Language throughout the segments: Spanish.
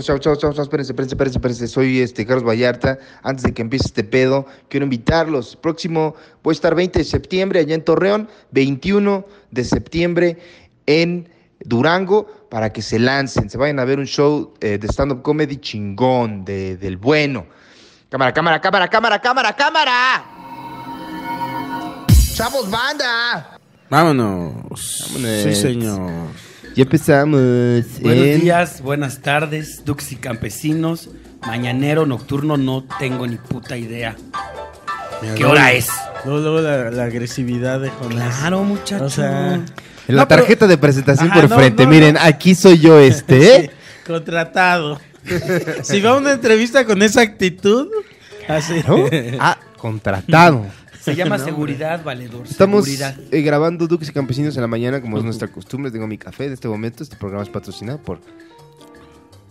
Chao, chao, chao, chao, espérense, espérense, espérense, espérense. Soy este Carlos Vallarta. Antes de que empiece este pedo, quiero invitarlos. Próximo, voy a estar 20 de septiembre allá en Torreón, 21 de septiembre en Durango, para que se lancen, se vayan a ver un show eh, de stand-up comedy chingón, de, del bueno. Cámara, cámara, cámara, cámara, cámara, cámara. Chavos, banda. Vámonos. Sí, Vámonos. señor. Ya empezamos. Buenos en- días, buenas tardes, Dux y Campesinos. Mañanero, nocturno, no tengo ni puta idea. Mira, ¿Qué luego- hora es? Luego, luego la, la agresividad de Jonás. Claro, muchacho. O sea, En la No, pero- tarjeta de presentación Ajá, por no, frente. no, Miren, aquí soy yo este. ¿eh? Sí, contratado. si va a una entrevista con esa actitud, así. ¿No? Ah, contratado. Se llama seguridad, valedor. Estamos Seguridad. eh, grabando Duques y Campesinos en la mañana, como es nuestra costumbre. Tengo mi café en este momento. Este programa es patrocinado por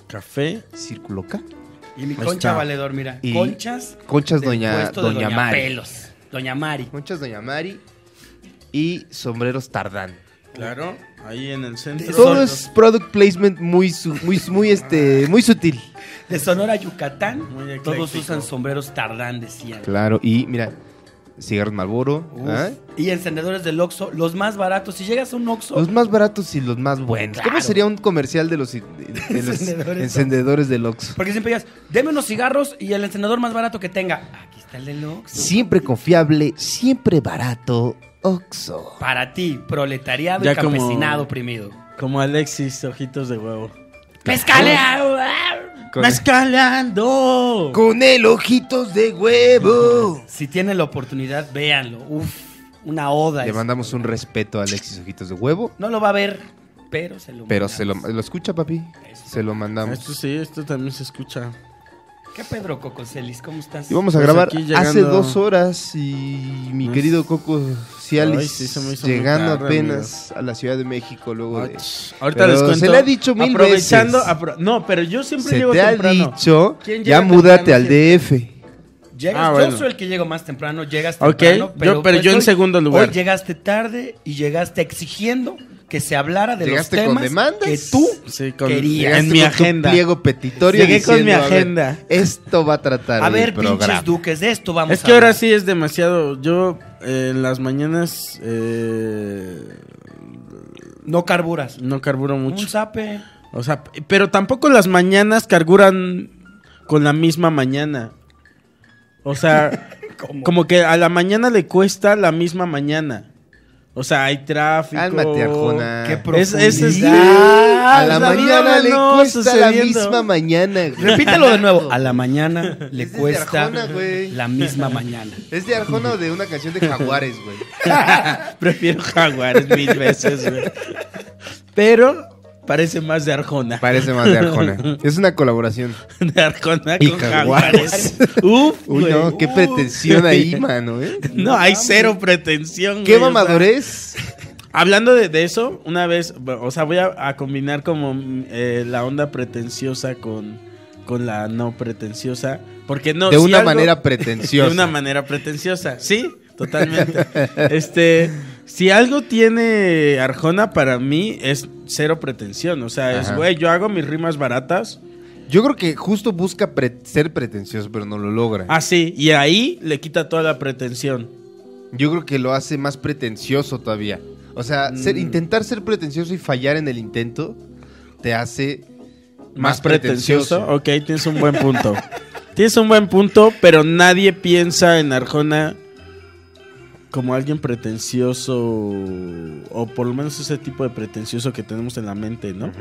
Café. Círculo K. Y mi Ahí concha está. valedor, mira. Y Conchas. Conchas del Doña, puesto de Doña, Mari. Pelos. Doña Mari. Conchas Doña Mari y Sombreros Tardán. Claro, ahí en el centro. Todo es product placement muy, su- muy, muy, este, muy sutil. De Sonora, Yucatán. Muy ecléctico. Todos usan sombreros tardán, decían. Claro, ¿Eh? y mira, cigarros Malboro. ¿ah? Uf. Y encendedores del Oxxo, los más baratos. Si llegas a un Oxxo, Los más baratos y los más buenos. ¿Cómo Claro. sería un comercial de los, de los Encendedores. encendedores del Oxxo? porque siempre digas, deme unos cigarros y el encendedor más barato que tenga. Aquí está el del Oxxo. Siempre confiable, siempre barato, Oxxo. Para ti, proletariado y Ya como- campesinado oprimido. Como Alexis, ojitos de huevo. ah, ¡Mezcalea! Con- ¡Mezcalando! Con el ojitos de huevo. Si tienen la oportunidad, véanlo. Uf, una oda. Le es- mandamos un respeto a Alexis Ojitos de Huevo, No lo va a ver, pero se lo pero mandamos. se lo, lo escucha, papi. Se lo Esto mandamos. sí, esto también se escucha. ¿Qué Pedro Cocoselis? ¿Cómo estás? Y vamos a Pues grabar aquí llegando- hace dos horas y mi Nos- querido Coco Ay, Cialis sí, se me hizo muy llegando tarde, apenas a la Ciudad de México luego de... Ach, Ahorita Pero les cuento. se le ha dicho mil aprovechando, veces. apro- no, pero yo siempre Se llego te ha temprano. dicho, ¿Quién llega ya múdate temprano al DF. Llegas, Ah, yo bueno. soy el que llego más temprano, llegas Ok, temprano. pues, yo- pero yo en segundo lugar. Hoy llegaste tarde y llegaste exigiendo que se hablara de Llegaste los con temas demandas. que tú Sí, con- querías. Llegaste En mi con tu agenda. pliego petitorio Llegué con diciendo, mi "A ver, agenda". esto va a tratar A ver, el programa. pinches duques, de esto vamos Es que a ahora hablar. sí es demasiado. Yo eh, en las mañanas eh, No carburas. no carburo Un mucho. zape. O sea, p- pero tampoco las mañanas carburan con la misma mañana. O sea, ¿Cómo? como que a la mañana le cuesta la misma mañana. O sea, hay tráfico. Cálmate, Arjona. Qué Es, es, es- profundidad. A la mañana le no, cuesta la sucediendo. misma mañana. güey. Repítelo de nuevo. A la mañana le Es desde cuesta Arjona, güey. la misma mañana. Es de Arjona o de una canción de Jaguares, güey. Prefiero jaguares mil veces, güey. Pero parece más de Arjona. Parece más de Arjona. Es una colaboración. De Arjona Y con jaguares. jaguares. Uf, Uy, güey. no, qué Uf. pretensión ahí, mano, ¿eh? No, hay cero pretensión. Qué güey, o sea, mamadores. Hablando de, de eso, una vez, o sea, voy a, a combinar como mm, eh, la onda pretenciosa con, con la no pretenciosa. Porque no. de si una algo- manera pretenciosa. De una manera pretenciosa, sí, totalmente. este, si algo tiene Arjona para mí es cero pretensión, o sea, es, Ajá. güey, yo hago mis rimas baratas, Yo creo que justo busca pre- ser pretencioso, pero no lo logra. así, y ahí le quita toda la pretensión. Yo creo que lo hace más pretencioso todavía. O sea, Mm. ser- intentar ser pretencioso y fallar en el intento te hace Más pretencioso. Ok, tienes un buen punto. tienes un buen punto, pero nadie piensa en Arjona como alguien pretencioso, o por lo menos ese tipo de pretencioso que tenemos en la mente, ¿no?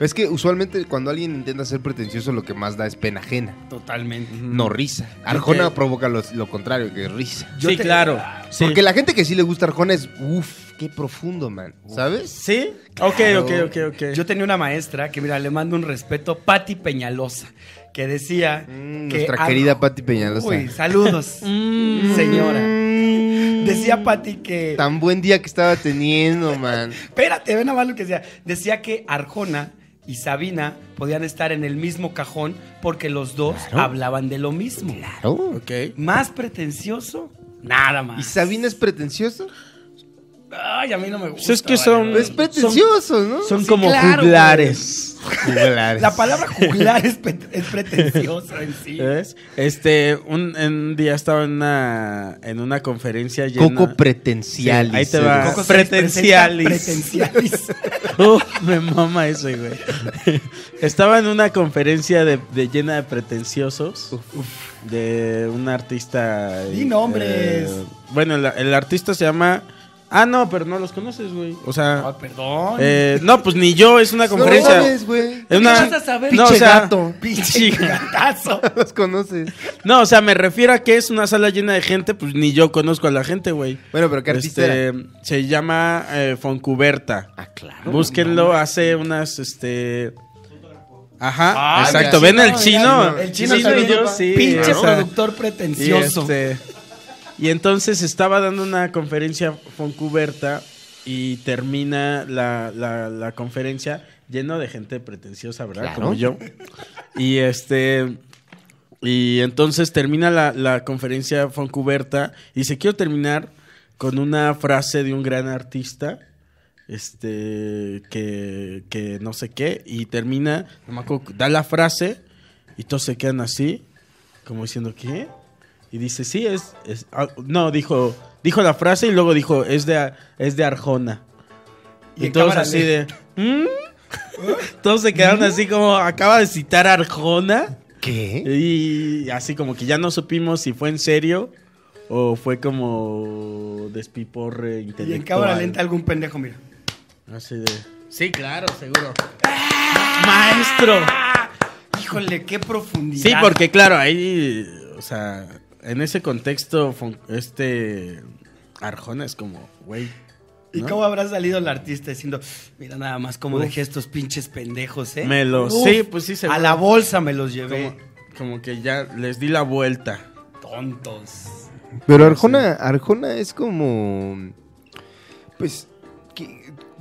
Es que usualmente cuando alguien intenta ser pretencioso, lo que más da es pena ajena. Totalmente. No risa. Arjona Ok. provoca los- lo contrario, que es risa. Yo sí, te- claro. Sí. Porque la gente que sí le gusta Arjona es, uff, qué profundo, man. ¿Sabes? ¿Sí? Ok, ok, ok, ok. Yo tenía una maestra que, mira, le mando un respeto, Patti Peñalosa, que decía Mm, que nuestra Ar- querida Patti Peñalosa. Uy, saludos, señora. Mm, Decía Patti que... Tan buen día que estaba teniendo, man. Espérate, ven a ver lo que decía. Decía que Arjona y Sabina podían estar en el mismo cajón porque los dos hablaban de lo mismo. Oh. Ok. Más pretencioso, nada más. ¿Y Sabina es pretencioso? Ay, a mí no me gusta. Pues es que son- vale, Es vale. pretencioso, ¿no? Son Sí, como claro, juglares. Juglares. La palabra juglar es, pe- es pretenciosa en sí. ¿Sabes? Este, un, un día estaba en una, en una conferencia llena... Coco pretencialis. Sí, ahí te va. eres. Coco Celis presenta Pretencialis. Pretencialis. Uf, me mama eso, güey. Estaba en una conferencia de, de llena de pretenciosos de un artista. eh, Di nombres. bueno, el, el artista se llama. Ah, no, pero no los conoces, güey. O sea, Ah, perdón. eh, no, pues ni yo. Es una No lo conferencia. sabes, güey. es una- ¿Qué vas a saber? No, o Pinche sea, gato. Pinche gatazo. Los conoces. no, o sea, me refiero a que es una sala llena de gente, pues ni yo conozco a la gente, güey. Bueno, pero ¿qué artista Este, era? Se llama eh, Foncuberta. Ah, claro. Búsquenlo, hace unas, este... Ajá, Ah, exacto. mira. ¿Ven el chino? El chino, sabe y yo, ropa. sí. Pinche o sea, productor y, pretencioso. este, y entonces estaba dando una conferencia Foncuberta y termina la, la- la conferencia lleno de gente pretenciosa, ¿verdad? Claro. Como yo. Y este... Y entonces termina la, la conferencia Foncuberta y se quiero terminar con una frase de un gran artista, este, que, que no sé qué, y termina, no me acuerdo, da la frase y todos se quedan así, como diciendo, ¿qué? Y dice, sí, es, es- ah, no, dijo, dijo la frase y luego dijo, es de, es de Arjona. Y Y, en todos cámara ¿eh? ¿Mm? así lenta. de, "¿Mm?". Todos se quedaron así como, acaba de citar a Arjona. ¿Qué? Y así como que ya no supimos si fue en serio o fue como despiporre intelectual. Y en cámara lenta algún pendejo, mira. Así de... Sí, claro, seguro. ¡Maestro! Híjole, qué profundidad. Sí, porque claro, ahí, o sea, en ese contexto, fun- este Arjona es como, güey. ¿Y ¿no? cómo habrá salido el artista diciendo, mira nada más cómo dejé estos pinches pendejos, eh? Me los- Uf, sí, pues sí, seguro. A la bolsa me los Como, llevé. como que ya les di la vuelta. Tontos. Pero Arjona, Arjona es como. Pues. ¿qué-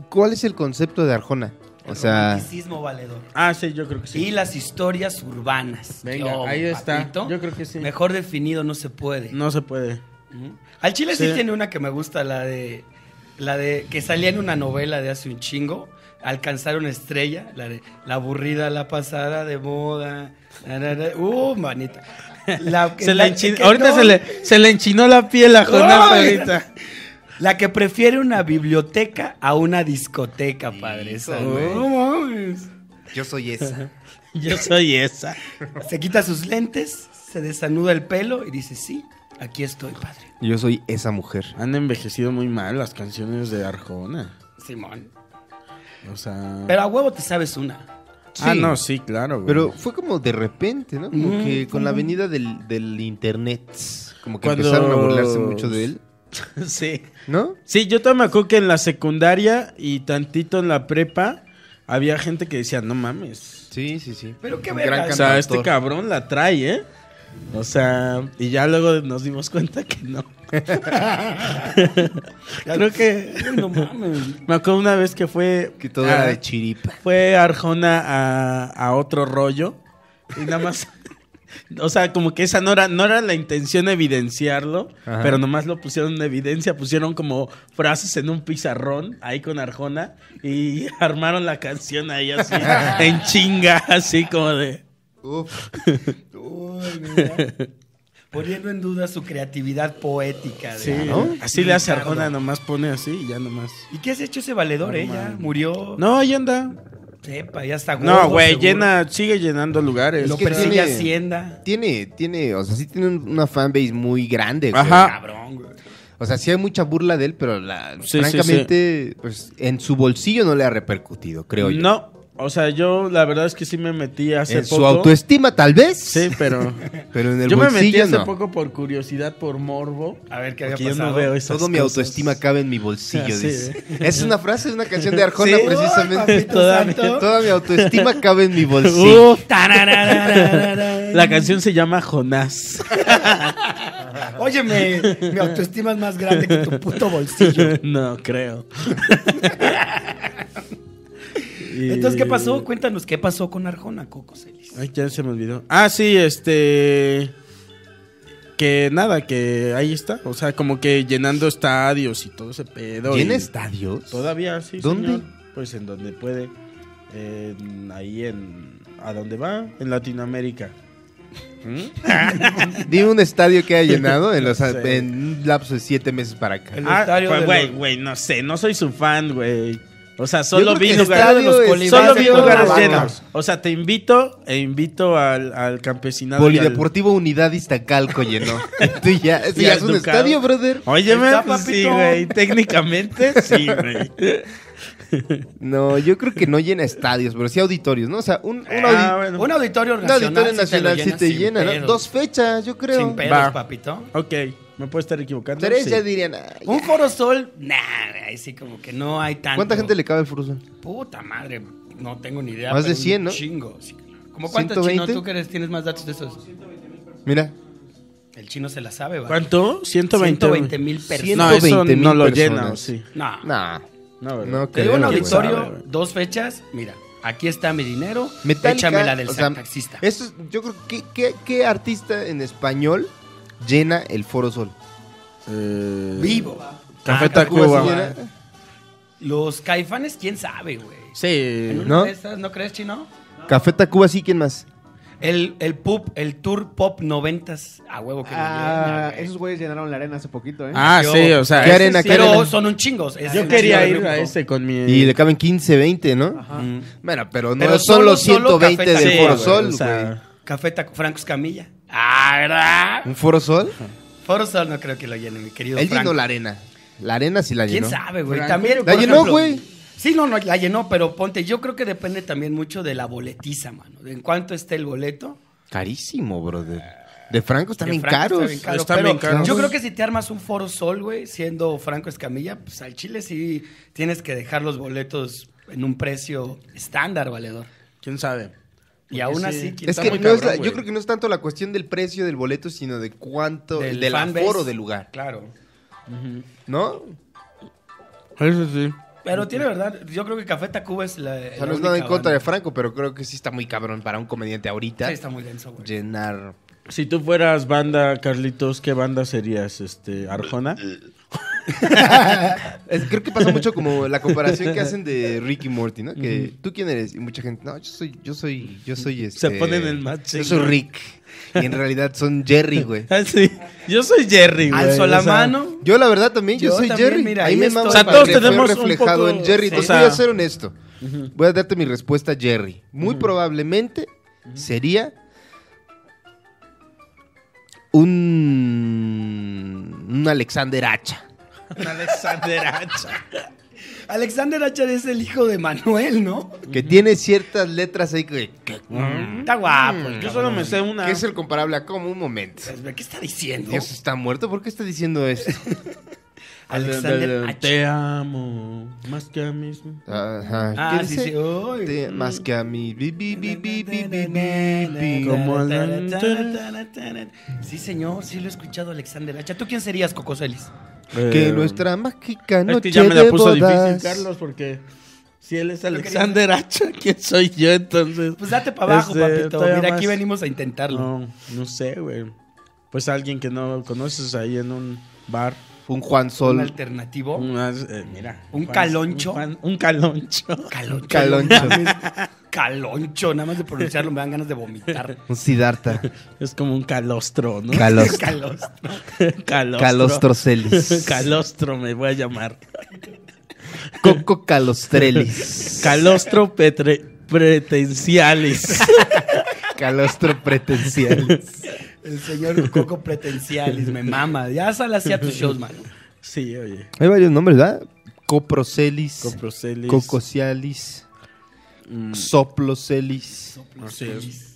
¿Cuál es el concepto de Arjona? O sea. Romanticismo valedor. Ah, sí, yo creo que sí. Y las historias urbanas. Venga, ¿Qué hubo, ahí está. papito? Yo creo que sí. Mejor definido no se puede. No se puede. Ujú. Al Chile sí. Sí. tiene una que me gusta, la de. La de. que salía en una novela de hace un chingo. Alcanzar una estrella. La de. La aburrida, la pasada de moda. na, na, na. Uh, manita. La que- Se la le enchi- que Ahorita no- se, le, se le enchinó la piel a Arjona, ¡Ay! ahorita. La que prefiere una biblioteca a una discoteca, padre. Esa, Hijo, güey. güey. No mames. Yo soy esa. Yo soy esa. Se quita sus lentes, se desanuda el pelo y dice: Sí, aquí estoy, padre. Yo soy esa mujer. Han envejecido muy mal las canciones de Arjona. Simón. O sea. Pero a huevo te sabes una. Ah, Sí. no, sí, claro, güey. Pero fue como de repente, ¿no? Como Mm, que con la mm. venida del, del internet. Como que Cuando- empezaron a burlarse mucho de él, sí. ¿no? Sí, yo también me acuerdo que en la secundaria y tantito en la prepa había gente que decía, no mames. Sí, sí, sí. Pero qué Un verga. gran O sea, este Cantautor. cabrón la trae, ¿eh? O sea, y ya luego nos dimos cuenta que no. Creo que. Uy, no mames. Me acuerdo una vez que fue. Que todo ah, era de chiripa. Fue Arjona a, a otro rollo. Y nada más. o sea, como que esa no era, no era la intención evidenciarlo. Ajá. Pero nomás lo pusieron en evidencia. Pusieron como frases en un pizarrón ahí con Arjona. Y armaron la canción ahí así. en chinga, así como de. Uf. Uy, mira. Poniendo en duda su creatividad poética. de- Sí, ¿no? así le hace Arjona, nomás pone así y ya nomás. ¿Y qué has hecho ese valedor, eh? Ya murió. No, ahí anda. Sepa, ya está gordo, No, güey, seguro. llena, sigue llenando lugares. Lo que persigue tiene- Hacienda. Tiene, tiene, o sea, sí tiene un- una fanbase muy grande. güey. Ajá. Cabrón, güey. O sea, sí hay mucha burla de él, pero la, Sí, sí, francamente, pues en su bolsillo no le ha repercutido, creo yo. No, o sea, yo la verdad es que sí me metí hace en su poco. autoestima tal vez, Sí, pero pero en el yo me metí bolsillo hace no. poco por curiosidad, por morbo. A ver qué había porque yo pasado. no veo esas Todo mi cosas. autoestima cabe en mi bolsillo, Así, dice. Es una frase de una canción de Arjona, Sí. precisamente. Ay, papito Toda mi- santo. Toda mi autoestima cabe en mi Pues bolsillo. Uf, Tarararararara. la canción se llama Jonás. Óyeme, mi autoestima es más grande que tu puto bolsillo. no creo. Y- Entonces, ¿qué pasó? Cuéntanos, ¿qué pasó con Arjona, Coco Celis? Ay, ya se me olvidó. Ah, sí, este. Que nada, que ahí está. O sea, como que llenando estadios y todo ese pedo. ¿Llena y- estadios? Todavía, sí. ¿Dónde? señor. Pues en donde puede. en- ahí en... ¿A dónde va? En Latinoamérica. Dime un estadio que haya llenado en, los, Sí. en un lapso de siete meses para acá. El Ah, estadio pues, de güey, los- güey, no sé, no soy su fan, güey. O sea, solo creo que vi el lugares, estadio solo es- vi Colibán, lugares Colibán. llenos. O sea, te invito e invito al, al campesinado. y al- Polideportivo Unidad Iztacalco llenó. Tú ya, eso Y ya al es un Ducado. estadio, brother. Óyeme, Está, pues, sí, papito. güey. Técnicamente, sí, güey. No, yo creo que no llena estadios, pero sí auditorios, ¿no? O sea, un, un audi- Ah, bueno. Un auditorio un nacional. auditorio sí nacional lo sí llenas te sin llena, ¿no? pedos. Dos fechas, yo creo. Sin pedos, Va. papito. Ok, me puedo estar equivocando. Tres sí. ya dirían. "Ay, ya". Un foro sol, nah, güey, ahí sí como que no hay tanto. ¿Cuánta gente le cabe el Furuzón? Puta madre, no tengo ni idea. Más pero de 100, un ¿no? Chingo. sí, claro. ¿Cómo cuántos 120? chinos tú crees? ¿Tienes más datos de esos? Mira. El chino se la sabe, va. ¿Cuánto? 120 120 mil personas. No, eso 120 mil no lo personas. llena, ¿o sí. No. Nah. No, ¿verdad? No, Te digo un creo, güey. auditorio, sabe, güey. dos fechas. Mira, aquí está mi dinero. Metallica, échame la del o sea, taxista. Eso es- yo creo que ¿qué, qué artista en español llena el Foro Sol. Eh, Vivo. Café Ah, Tacuba. ¿Cuba Cuba, sí güey. llena? Los caifanes, quién sabe, güey. Sí. En una ¿no? de esas, ¿No crees, chino? Café Tacuba sí, ¿quién más? El, el pop, el tour pop noventas a huevo que lo llena, Ah, güey. esos güeyes llenaron la arena hace poquito, ¿eh? Ah, Yo- sí, o sea. ¿Qué ese arena, sí. qué Pero arena? son un chingos. es Yo un quería chingo de ir a grupo. ese con mi. Y le caben 15, 20, ¿no? Ajá. Mm. Bueno, pero no Pero son los solo- solo 120 Café del Tacuba, Foro güey, Sol, o güey. sea, Café Tacu- Franco Escamilla. Ah, ¿verdad? ¿Un Foro Sol? Foro Sol no creo que lo llene, mi querido Él Franco. llenó la arena. La arena sí la ¿Quién llenó. sabe, güey? Franco. También, La por llenó, ejemplo- güey. Sí, no, no, la llenó, pero ponte, yo creo que depende también mucho de la boletiza, mano. De En cuánto esté el boleto. Carísimo, brother. De Francos que también Franco está caros. bien caro, Están pero bien caros. Yo creo que si te armas un Foro Sol, güey, siendo Franco Escamilla, pues al Chile sí tienes que dejar los boletos en un precio estándar, valedor. ¿Quién sabe? Y aún sí. así, ¿quién Es sabe? que muy no es la- cabrón, güey. yo creo que no es tanto la cuestión del precio del boleto, sino de cuánto, del, fanbase. aforo del lugar, Claro. ¿no? Eso sí. Pero tiene verdad, yo creo que Café Tacuba es la. O sea, no es nada en contra de Franco, pero creo que sí está muy cabrón para un comediante ahorita Sí, está muy denso, güey. llenar. Si tú fueras banda, Carlitos, ¿qué banda serías? Este, ¿Arjona? Es- creo que pasa mucho como la comparación que hacen de Ricky Morty, ¿no? Que tú quién eres y mucha gente, no, yo soy, yo soy, yo soy este. Se ponen en match, Yo soy ¿no? Rick y en realidad son Jerry, güey. Ah, sí. Yo soy Jerry, güey. Alzo o la sea, mano. Yo la verdad también, yo, Yo soy también, Jerry. mira, Ahí ahí me estoy. mamo O sea, para todos que fue tenemos un reflejado poco- en Jerry. sí. Te O sea- voy a ser honesto. Voy a darte mi respuesta Jerry. Muy probablemente sería un un Alexander Hacha. Alexander Hacha. Alexander Achar es el hijo de Manuel, ¿no? Que tiene ciertas letras ahí que, que- Está guapo. el Yo cabrón. solo me sé una. que es el comparable a como un momento. ¿Qué está diciendo? Dios está muerto, ¿por qué está diciendo esto? Alexander Achar. Te amo más que a mí mismo. Ajá. Ah, ¿Qué sí, dice? sí. Uy. Te- Más que a mí. Bi, bi, bi, bi, bi, bi, bi, bi. Como al- Sí, señor, sí lo he escuchado, Alexander Hacha. ¿Tú quién serías, Cocoselis? Que Eh, nuestra mágica Es noche que ya me la de puso bodas. difícil, Carlos, porque si él es Alexander Hacha, ¿quién soy yo entonces? Pues date para abajo, Este, papito. todavía Mira, aquí más. venimos a intentarlo. No, no sé, güey. Pues alguien que no conoces ahí en un bar. Un Juan Un Sol. alternativo. Unas, eh, mira. Un Juan- caloncho. Un, Juan- un caloncho. Caloncho. Caloncho. no mames. Caloncho. Nada más de pronunciarlo me dan ganas de vomitar. Un Sidarta. Es como un calostro, ¿no? Calostro. Calostro. calostro. Calostrocelis. Calostro me voy a llamar. Coco Calostrelis. Calostro petre- pretencialis. Calostro pretenciales. El señor Coco Pretencialis me mama. Ya sal hacía tus shows, mano. Sí, oye. Hay varios nombres, ¿verdad? Coprocelis. Coprocelis. Cococialis. Mm, Soplocelis. así es.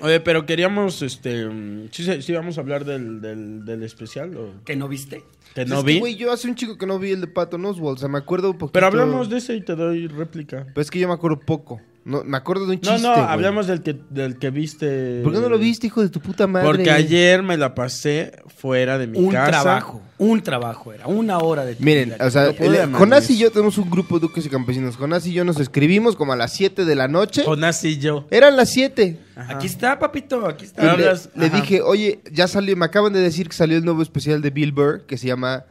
Oye, pero queríamos, este, mm, sí, se- sí vamos a hablar del, del, del especial o ¿Que no viste? Pues que Es no que, vi. güey, yo hace un chico que no vi el de Pato Oswald. O sea, me acuerdo un poquito. pero hablamos de ese y te doy réplica. Pero es que yo me acuerdo poco. No, me acuerdo de un No, chiste. no, güey. hablamos del que, del que viste. ¿Por qué no lo viste, hijo de tu puta madre? Porque ayer me la pasé fuera de mi un casa. trabajo. Un trabajo era. Una hora de tu Miren, vida. o sea, Lo puedo el- llamar, Jonás y Luis. yo tenemos un grupo de duques y campesinos. Jonás y yo nos escribimos como a las 7 de la noche. Jonás y yo. Eran las 7. Ajá. Aquí está, papito. Aquí Y está. Pero Le, hablas- le ajá. dije, oye, ya salió, me acaban de decir que salió el nuevo especial de Bill Burr que se llama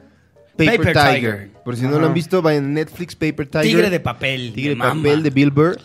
Paper, Paper Tiger. Tiger. Por si no lo han visto, vayan en Netflix, Paper Tiger. Tigre de papel. Tigre de mama. papel de Bill Burr.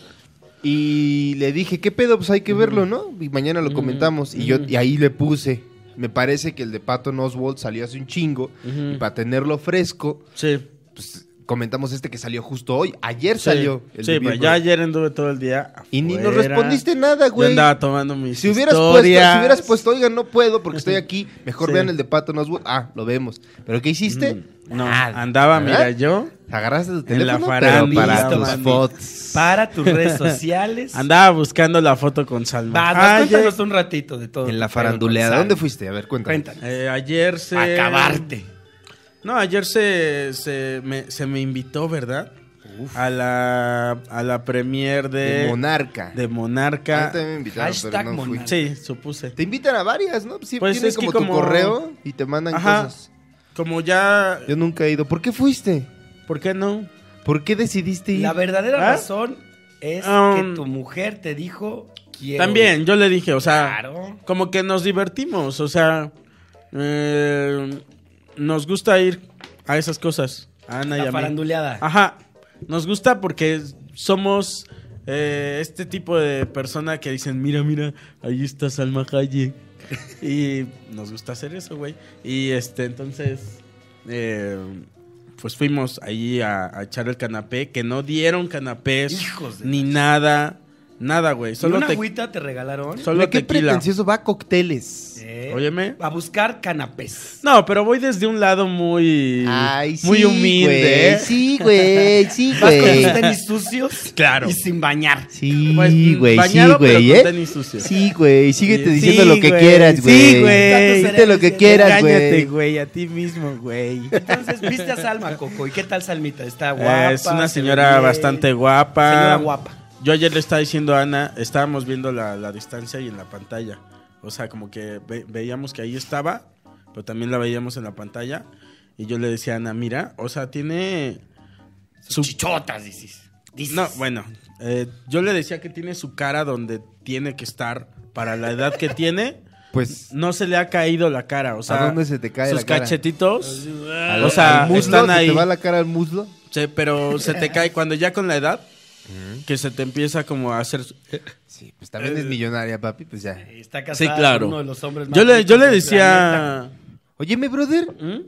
Y le dije, ¿qué pedo? Pues hay Mm. que verlo, ¿no? Y mañana lo comentamos. Y yo y ahí le puse. Me parece que el de Patton Oswald salió hace un chingo. Ujú. Y para tenerlo fresco, Sí. pues comentamos este que salió justo hoy. Ayer Sí. salió. el Sí, de pero Bill ya Burr. ayer anduve todo el día. Y ni nos afuera. respondiste nada, Yo güey. andaba tomando mis Si hubieras, puesto, si historias. hubieras puesto, oigan, no puedo porque estoy aquí, mejor Sí. Mm, vean el de Patton Oswald. Ah, lo vemos. ¿Pero qué hiciste? No, Nada. andaba, mira, ¿Verdad? yo Agarraste tu en teléfono, la pero para farándula. tus mami. fotos. Para tus redes sociales. Andaba buscando la foto con Salma. Vas, vas, Hayek. cuéntanos un ratito de todo. En la faranduleada. ¿Dónde fuiste? A ver, cuéntame. Cuéntanos. Eh, ayer se... Pa' Acabarte. No, ayer se, se, me, se me invitó, ¿verdad? A la, a la premier de, De Monarca. Eh, de A Monarca. mí también me invitaron, pero Hashtag no fui. Monarca. Sí, supuse. Te invitan a varias, ¿no? Sí, Pues tienes es que como, tu como- correo y te mandan Ajá. cosas. Como ya... Yo nunca he ido. ¿Por qué fuiste? ¿Por qué no? ¿Por qué decidiste ir? La verdadera ¿Ah? razón es Um, que tu mujer te dijo quiero. También, yo le dije, o sea... Claro. Como que nos divertimos, o sea... eh, nos gusta ir a esas cosas. A Ana y La a mí. faranduleada. Ajá, nos gusta porque somos eh, este tipo de persona que dicen, mira, mira, ahí está Salma Hayek. y nos gusta hacer eso, güey. Y este, entonces, eh, pues fuimos ahí a, a echar el canapé, que no dieron canapés Hijos de ni nada, nada, güey. ¿Y Solo, una te, agüita te regalaron? solo ¿Qué tequila. pretencioso va a cócteles? Eh, Óyeme. A buscar canapés. No, pero voy desde un lado muy, Ay, sí, muy humilde. güey. ¿eh? Sí, güey, sí, Vas con tus güey. tenis sucios. Claro. Y sin bañar. Pues, Sí, güey, sí, bañado, pero güey, con ¿eh? tenis sucios. Sí, güey, síguete Sí, diciendo lo que güey, sí, quieras, güey. güey. Dite lo que quieras, Cáñate, güey. güey, a ti mismo, güey. Entonces, viste a Salma, Coco. ¿Y qué tal Salmita? Está guapa. Eh, es una se ve señora bien. bastante guapa. Señora guapa. Yo ayer le estaba diciendo a Ana, estábamos viendo la, la distancia y en la pantalla. O sea, como que ve- veíamos que ahí estaba, pero también la veíamos en la pantalla. Y yo le decía a Ana, mira, o sea, tiene... Sus chichotas, dices. Dices. No, bueno, eh, yo le decía que tiene su cara donde tiene que estar para la edad que tiene. Pues, No se le ha caído la cara, o sea, dónde se te cae sus la cara? cachetitos, al- o sea, al muslo, están ¿se ahí. ¿Te va la cara al muslo? Sí, pero se te cae cuando ya con la edad, que se te empieza como a hacer... Sí, pues también Eh, es millonaria, papi, pues ya. Está casada Sí, claro. con uno de los hombres más Yo le, yo ricos le del planeta. decía... Oye, mi brother, ¿Mm?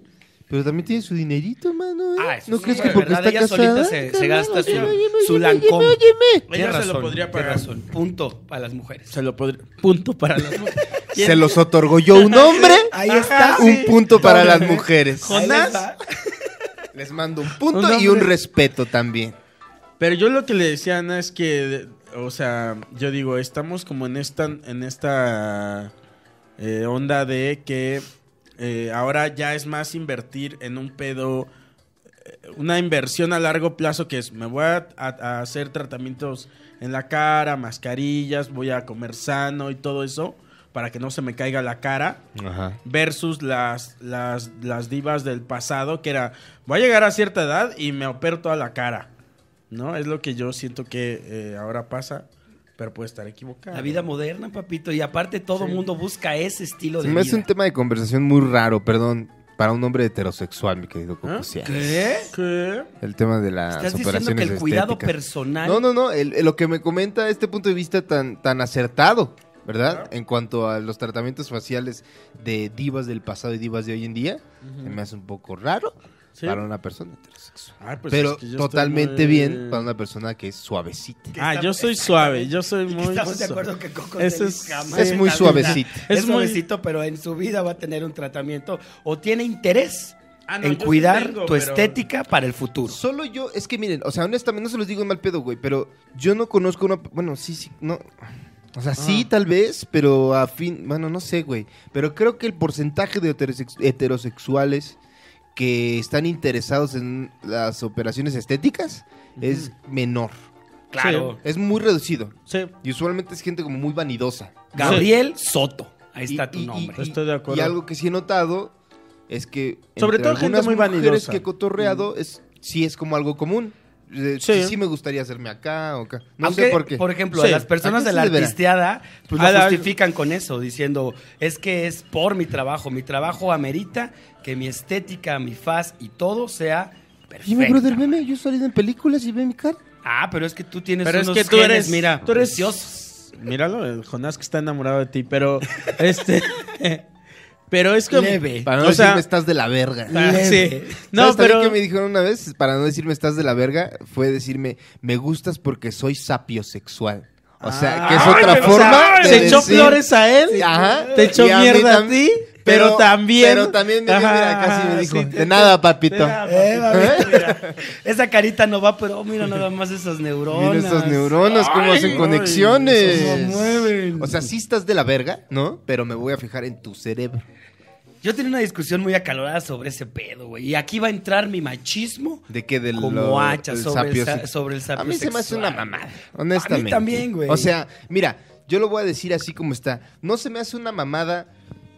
pero también tiene su dinerito, mano. ¿eh? Ah, eso ¿No sí, crees que de porque verdad, está ella solita casada? se- se carnal? gasta su- Óyeme, óyeme, su óyeme, lancón. óyeme, óyeme. Ella Tienes se lo razón, podría tienes pagar. razón. Punto para las mujeres. Se lo podría... Punto para las mujeres. Se los otorgó yo un hombre. Ahí está. Un punto para las mujeres. Jonás. Les mando un punto Un y un hombre. respeto también. Pero yo lo que le decía a Ana es que, o sea, yo digo, estamos como en esta, en esta eh, onda de que eh, ahora ya es más invertir en un pedo, eh, una inversión a largo plazo que es, me voy a, a- a hacer tratamientos en la cara, mascarillas, voy a comer sano y todo eso para que no se me caiga la cara Ajá. versus las, las, las divas del pasado, que era, voy a llegar a cierta edad y me opero toda la cara. ¿No? Es lo que yo siento que eh, ahora pasa, pero puede estar equivocado. La vida moderna, papito. Y aparte, todo mundo busca ese estilo Se de me hace vida. un tema de conversación muy raro, perdón, para un hombre heterosexual, mi querido ¿Ah? Cocucial. ¿Qué? ¿Qué? El tema de las Estás operaciones diciendo que el cuidado estéticas. personal. No, no, no. el- el- lo que me comenta este punto de vista tan, tan acertado, ¿verdad? En cuanto a los tratamientos faciales de divas del pasado y divas de hoy en día, se me hace un poco raro Sí. para una persona heterosexual. Ay, pues Pero es que yo estoy totalmente muy- bien para una persona que es suavecita. Ah, yo soy suave, yo soy muy... Estamos de suave. acuerdo que Coco Eso Celis es- jamás es en muy la vida- suavecito. Es Es muy- suavecito, pero en su vida va a tener un tratamiento o tiene interés Ah, no, en yo sí cuidar tengo, tu pero- estética para el futuro. Solo yo, es que miren, o sea, honestamente, no se los digo en mal pedo, güey, pero yo no conozco una. Bueno, sí, sí, no. O sea, sí, tal vez, pero a fin. Bueno, no sé, güey. Pero creo que el porcentaje de heterosex- heterosexuales que están interesados en las operaciones estéticas es menor. Claro. Es muy reducido. Sí, Y usualmente es gente como muy vanidosa. Gabriel Soto. Ahí Y- está tu y- y- nombre. y- Estoy de acuerdo. Y algo que sí he notado es que. Sobre todo gente algunas muy mujeres vanidosa. Mm. que he cotorreado es, sí es como algo común. eh, Sí. sí. sí me gustaría hacerme acá o acá. No Aunque, sé por qué. ejemplo, Sí. a las personas ¿A qué de se la deberá? artisteada pues, A Ah, la la- justifican con eso, diciendo, es que es por mi trabajo, mi trabajo amerita que mi estética, mi faz y todo sea Y mi brother, perfecto. meme, yo he salido en películas y ve mi cara. Ah, pero es que tú tienes Pero es unos que tú genes, eres. mira, tú eres. preciosos. Míralo, el Jonás que está enamorado de ti, pero. este. pero es como. Leve. Ah. Para no o sea, decirme estás de la verga. para- leve. sí. No, ¿Sabes también pero. que me dijeron una vez, para no decirme estás de la verga, fue decirme, me gustas porque soy sapiosexual. Ah, O sea, que es Ah, Ay, otra pero- forma ay, de Se echó decir- flores a él. Sí, ajá. Te echó Y a mí mierda a tam- ti. Pero, también. Pero también me, dio, Ajá, mira, casi me dijo, sí, te- de nada, papito. de nada, Eh, mamita, mira, esa carita no va, pero mira nada más esas neuronas. Mira estos neuronas, cómo hacen conexiones. O sea, sí estás de la verga, ¿no? Pero me voy a fijar en tu cerebro. Yo tenía una discusión muy acalorada sobre ese pedo, güey. Y aquí va a entrar mi machismo. ¿De qué? Del Como lo- hacha el sobre el sapio sa- sex- sobre el sapio A mí se me hace sexual. una mamada, honestamente. A mí también, güey. O sea, mira, yo lo voy a decir así como está. No se me hace una mamada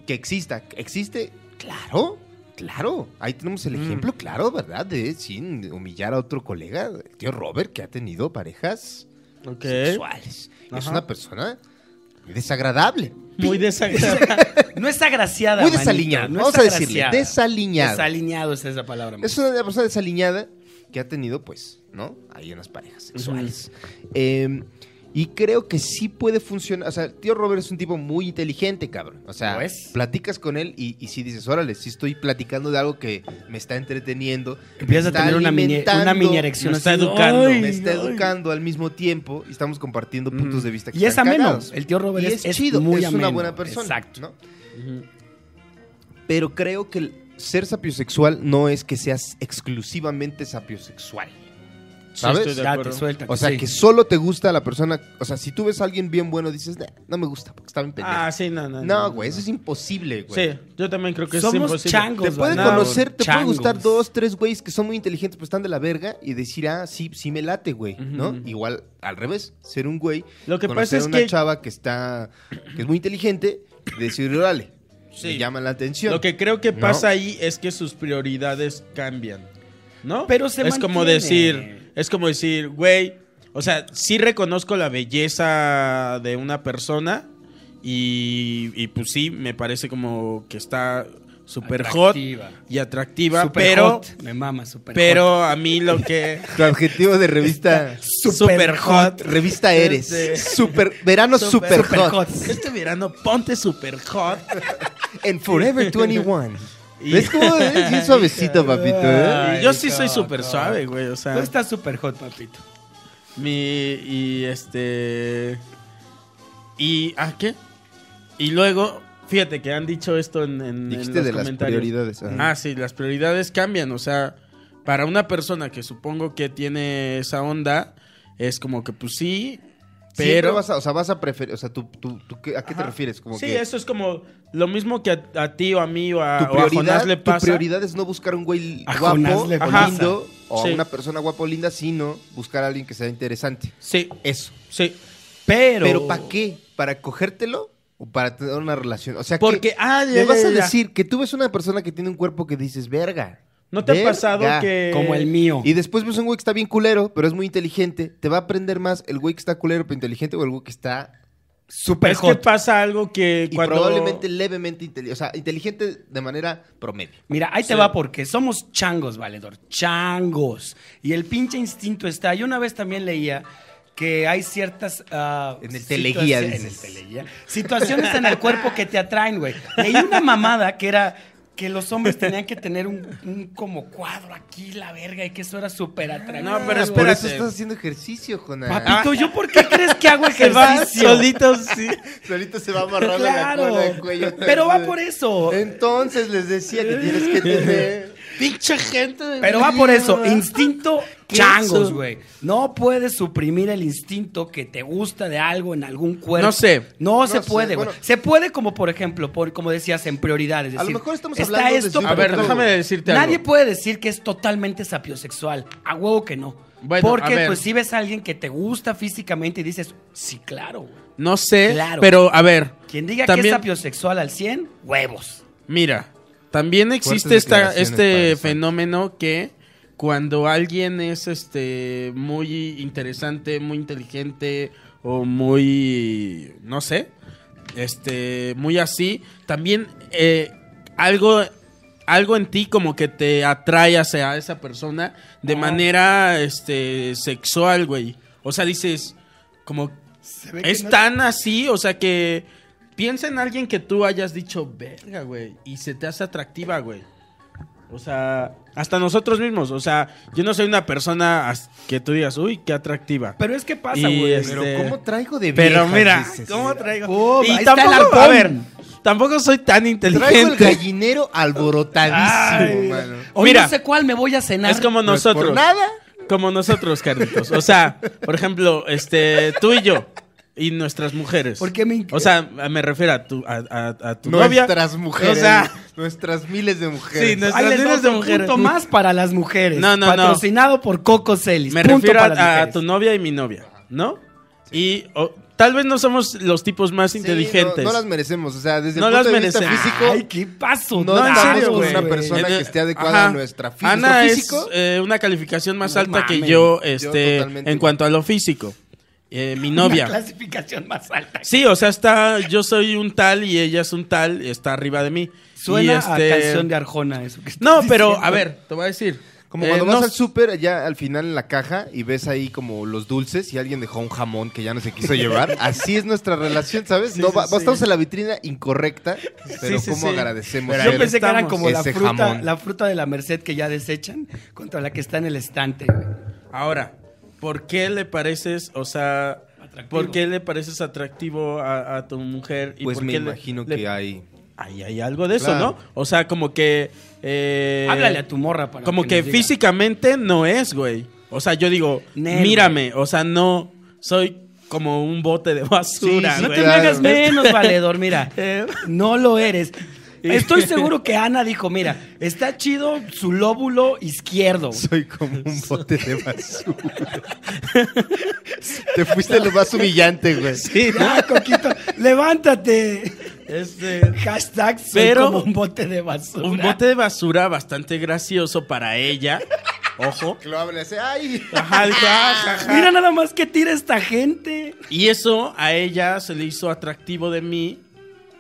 que exista. ¿Existe? Claro, claro. Ahí tenemos Mm. el ejemplo, claro, ¿verdad? De sin humillar a otro colega, el tío Robert, que ha tenido parejas Ok. sexuales. Es Ajá. una persona desagradable. Muy desagradable. No es agraciada. Muy manito, desaliñado. no Vamos es a decirle, agraciada. desaliñado. Desaliñado es esa palabra. Es una persona desaliñada que ha tenido, pues, ¿no? Ahí unas parejas sexuales. Eh, y creo que sí puede funcionar. O sea, el tío Robert es un tipo muy inteligente, cabrón. O sea, ¿Lo es? platicas con él y, y sí dices, órale, sí estoy platicando de algo que me está entreteniendo. Empiezas me a está tener una mini, alimentando, una mini erección. me está así, educando. "Ay, Me está ay". educando al mismo tiempo y estamos compartiendo puntos de vista que Y es están ameno. cagados. El tío Robert Y es, es, chido, muy es una ameno, buena persona. Exacto. ¿no? Pero creo que el ser sapiosexual no es que seas exclusivamente sapiosexual. ¿Sabes? estoy de Ya acuerdo. te suelta. O sea, sí. que solo te gusta la persona. O sea, si tú ves a alguien bien bueno, dices, "Nah, no me gusta porque está bien pendejo. Ah, sí, no, no. no, güey, eso es imposible, güey. Sí, yo también creo que es Somos imposible. changos, Te puede No, conocer, te puede changos. gustar dos, tres güeyes que son muy inteligentes, pero están de la verga y decir, ah, sí, sí me late, güey, ¿no? Ujú. Igual, al revés, ser un güey, Lo que conocer pasa es una que- chava que está, que es muy inteligente, y decir, órale, Sí. me llama la atención. Lo que creo que No. pasa ahí es que sus prioridades cambian, ¿no? Pero se es como mantiene. decir, es como decir, güey, o sea, sí reconozco la belleza de una persona y, y pues sí, me parece como que está super hot Atractiva. y atractiva, Super pero hot, Me mama, super hot. pero a mí lo que Tu adjetivo de revista, super hot. revista Eres, Este- super, verano super, super hot. hot. Este verano ponte super hot. En Forever 21. Y- Ah, ¿Ves cómo es? Bien suavecito, papito, ¿eh? Y Ay, yo sí soy no, super no. suave, güey, o sea. Tú estás super hot, papito. Mi. Y este. Y. ¿Ah, qué? Y luego. Fíjate que han dicho esto en, en- en Dijiste los de las comentarios. prioridades. ajá. Ah, sí, las prioridades cambian. O sea, para una persona que supongo que tiene esa onda, es como que pues sí, Siempre pero. vas a, o sea, vas a preferir, o sea, tú, tú, tú qué- ¿a qué te Ajá. refieres? Como sí, que eso es como lo mismo que a, a ti o a mí o a, tu o a Jonás prioridad, le tu pasa. prioridad es no buscar un güey A Jonás guapo, le pasa. lindo, o Sí. a una persona guapo, linda, sino buscar a alguien que sea interesante. Sí, Eso. sí. Pero. ¿Pero para qué? ¿Para cogértelo o para tener una relación? O sea, Porque. que Ah, ya, le ya, vas a ya, ya. decir que tú ves una persona que tiene un cuerpo que dices, verga. ¿No te ha verga". pasado que. Como el mío. eh, Y después ves un güey que está bien culero, pero es muy inteligente. Te va a aprender más el güey que está culero, pero inteligente, o el güey que está super es que hot. pasa algo que Y cuando probablemente levemente inteligente. O sea, inteligente de manera promedio. Mira, ahí te Sí. va porque somos changos, valedor. Changos. Y el pinche instinto está. Yo una vez también leía que hay ciertas. ah, En el teleguía, situaci- En el dices. teleguía. Situaciones en el cuerpo que te atraen, güey. Leí una mamada que era. Que los hombres tenían que tener un, un como cuadro aquí, la verga, y que eso era súper atractivo. No, pero Ah, es- por espérate. eso estás haciendo ejercicio, Jonás. Papito, ¿yo por qué crees que hago se va ejercicio? solito, sí. Solito se va amarrando la Claro. cuerda del cuello. Pero va por eso. Entonces les decía que tienes que tener. Pinche gente. de Pero va por eso, mierda. instinto ¿Qué changos, eso? güey. No puedes suprimir el instinto que te gusta de algo en algún cuerpo. No sé. No, se sé, puede, güey. bueno. se puede como, por ejemplo, por, como decías, en prioridades. A lo decir, mejor estamos está hablando desde esto, un A ver, Pero- déjame decirte algo. Nadie puede decir que es totalmente sapiosexual. A huevo que no. Bueno, Porque a ver. pues si ves a alguien que te gusta físicamente y dices, sí, claro. güey". No sé, Claro. pero a ver. Quien diga que es También- sapiosexual al 100, huevos. Mira, también existe Fuertes esta, declaraciones para este el Santi. fenómeno que cuando alguien es este muy interesante, muy inteligente o muy no sé, este muy así, también eh, algo algo en ti como que te atrae hacia esa persona de manera este sexual, güey. O sea, dices como Se ve que es no- tan así, o sea que piensa en alguien que tú hayas dicho, verga, güey, y se te hace atractiva, güey. O sea, hasta nosotros mismos. O sea, yo no soy una persona as- que tú digas, uy, qué atractiva. Pero es que pasa, Y, güey. este, Pero ¿cómo traigo de Pero viejas, mira, dices? ¿Cómo traigo? y ahí está el tampoco, a arpón. ver, tampoco soy tan Traigo el inteligente. gallinero alborotadísimo, Ay. mano. Hoy Mira. no sé cuál me voy a cenar. Es como No es por nosotros. nada. Como nosotros, Carlitos. O sea, por ejemplo, este, tú y yo. Y nuestras mujeres. ¿Por qué me inc- O sea, me refiero a tu, a, a- a tu novia. Nuestras mujeres. O sea, nuestras miles de mujeres. Sí, no- Ahí les Canciones va de otro mujeres. punto más para las mujeres. No, no, no. Patrocinado por Coco Celis. me Punto refiero para las a, a mujeres. tu novia y mi novia, ¿no? Y o- tal vez no somos los tipos más Sí, inteligentes. No, no las merecemos. O sea, desde No el las punto de vista merecemos. físico. Ay, qué paso. No, en estamos serio, con güey. una persona Eh, que esté adecuada a ajá. nuestra fí- Ana nuestro es físico. eh, una calificación más No alta que mames. yo, Yo este, totalmente. en cuanto a lo físico. Eh, mi novia. Una clasificación más alta. Sí, o sea, está, yo soy un tal y ella es un tal, está arriba de mí. Suena Y, este, a canción de Arjona eso que estás No, pero diciendo. a ver, te voy a decir. Como Eh, cuando no vas al s- súper, ya al final en la caja y ves ahí como los dulces y alguien dejó un jamón que ya no se quiso llevar. Así es nuestra relación, ¿sabes? no, sí, va- sí. Estamos en la vitrina incorrecta, pero sí, ¿cómo sí. agradecemos? Pero ser- Yo pensé que eran estamos. como la Ese fruta, jamón. la fruta de la Merced que ya desechan contra la que está en el estante. güey. Ahora, ¿por qué le pareces, o sea, Atractivo. por qué le pareces atractivo a, a tu mujer? Pues por me qué le- imagino le- que hay. Ahí hay algo de eso, Claro. ¿no? O sea, como que... eh, Háblale a tu morra para Como que, nos diga. físicamente no es, güey. O sea, yo digo, Nel, mírame, o sea, no soy como un bote de basura, Sí, sí, No güey. Este, te me Claro. hagas menos, valedor, mira. Eh. No lo eres. Estoy seguro que Ana dijo, mira, está chido su lóbulo izquierdo. Soy como un bote de basura. Te fuiste lo más humillante, güey. Sí, ¿no? Ya, Coquito, levántate. Este, Hashtag soy Pero- como un bote de basura. un bote de basura bastante gracioso para ella. Ojo. Que lo hablen así, ¡ay! Ajá, dije, "Ah, ja, ja". Mira nada más que tira esta gente. Y eso a ella se le hizo atractivo de mí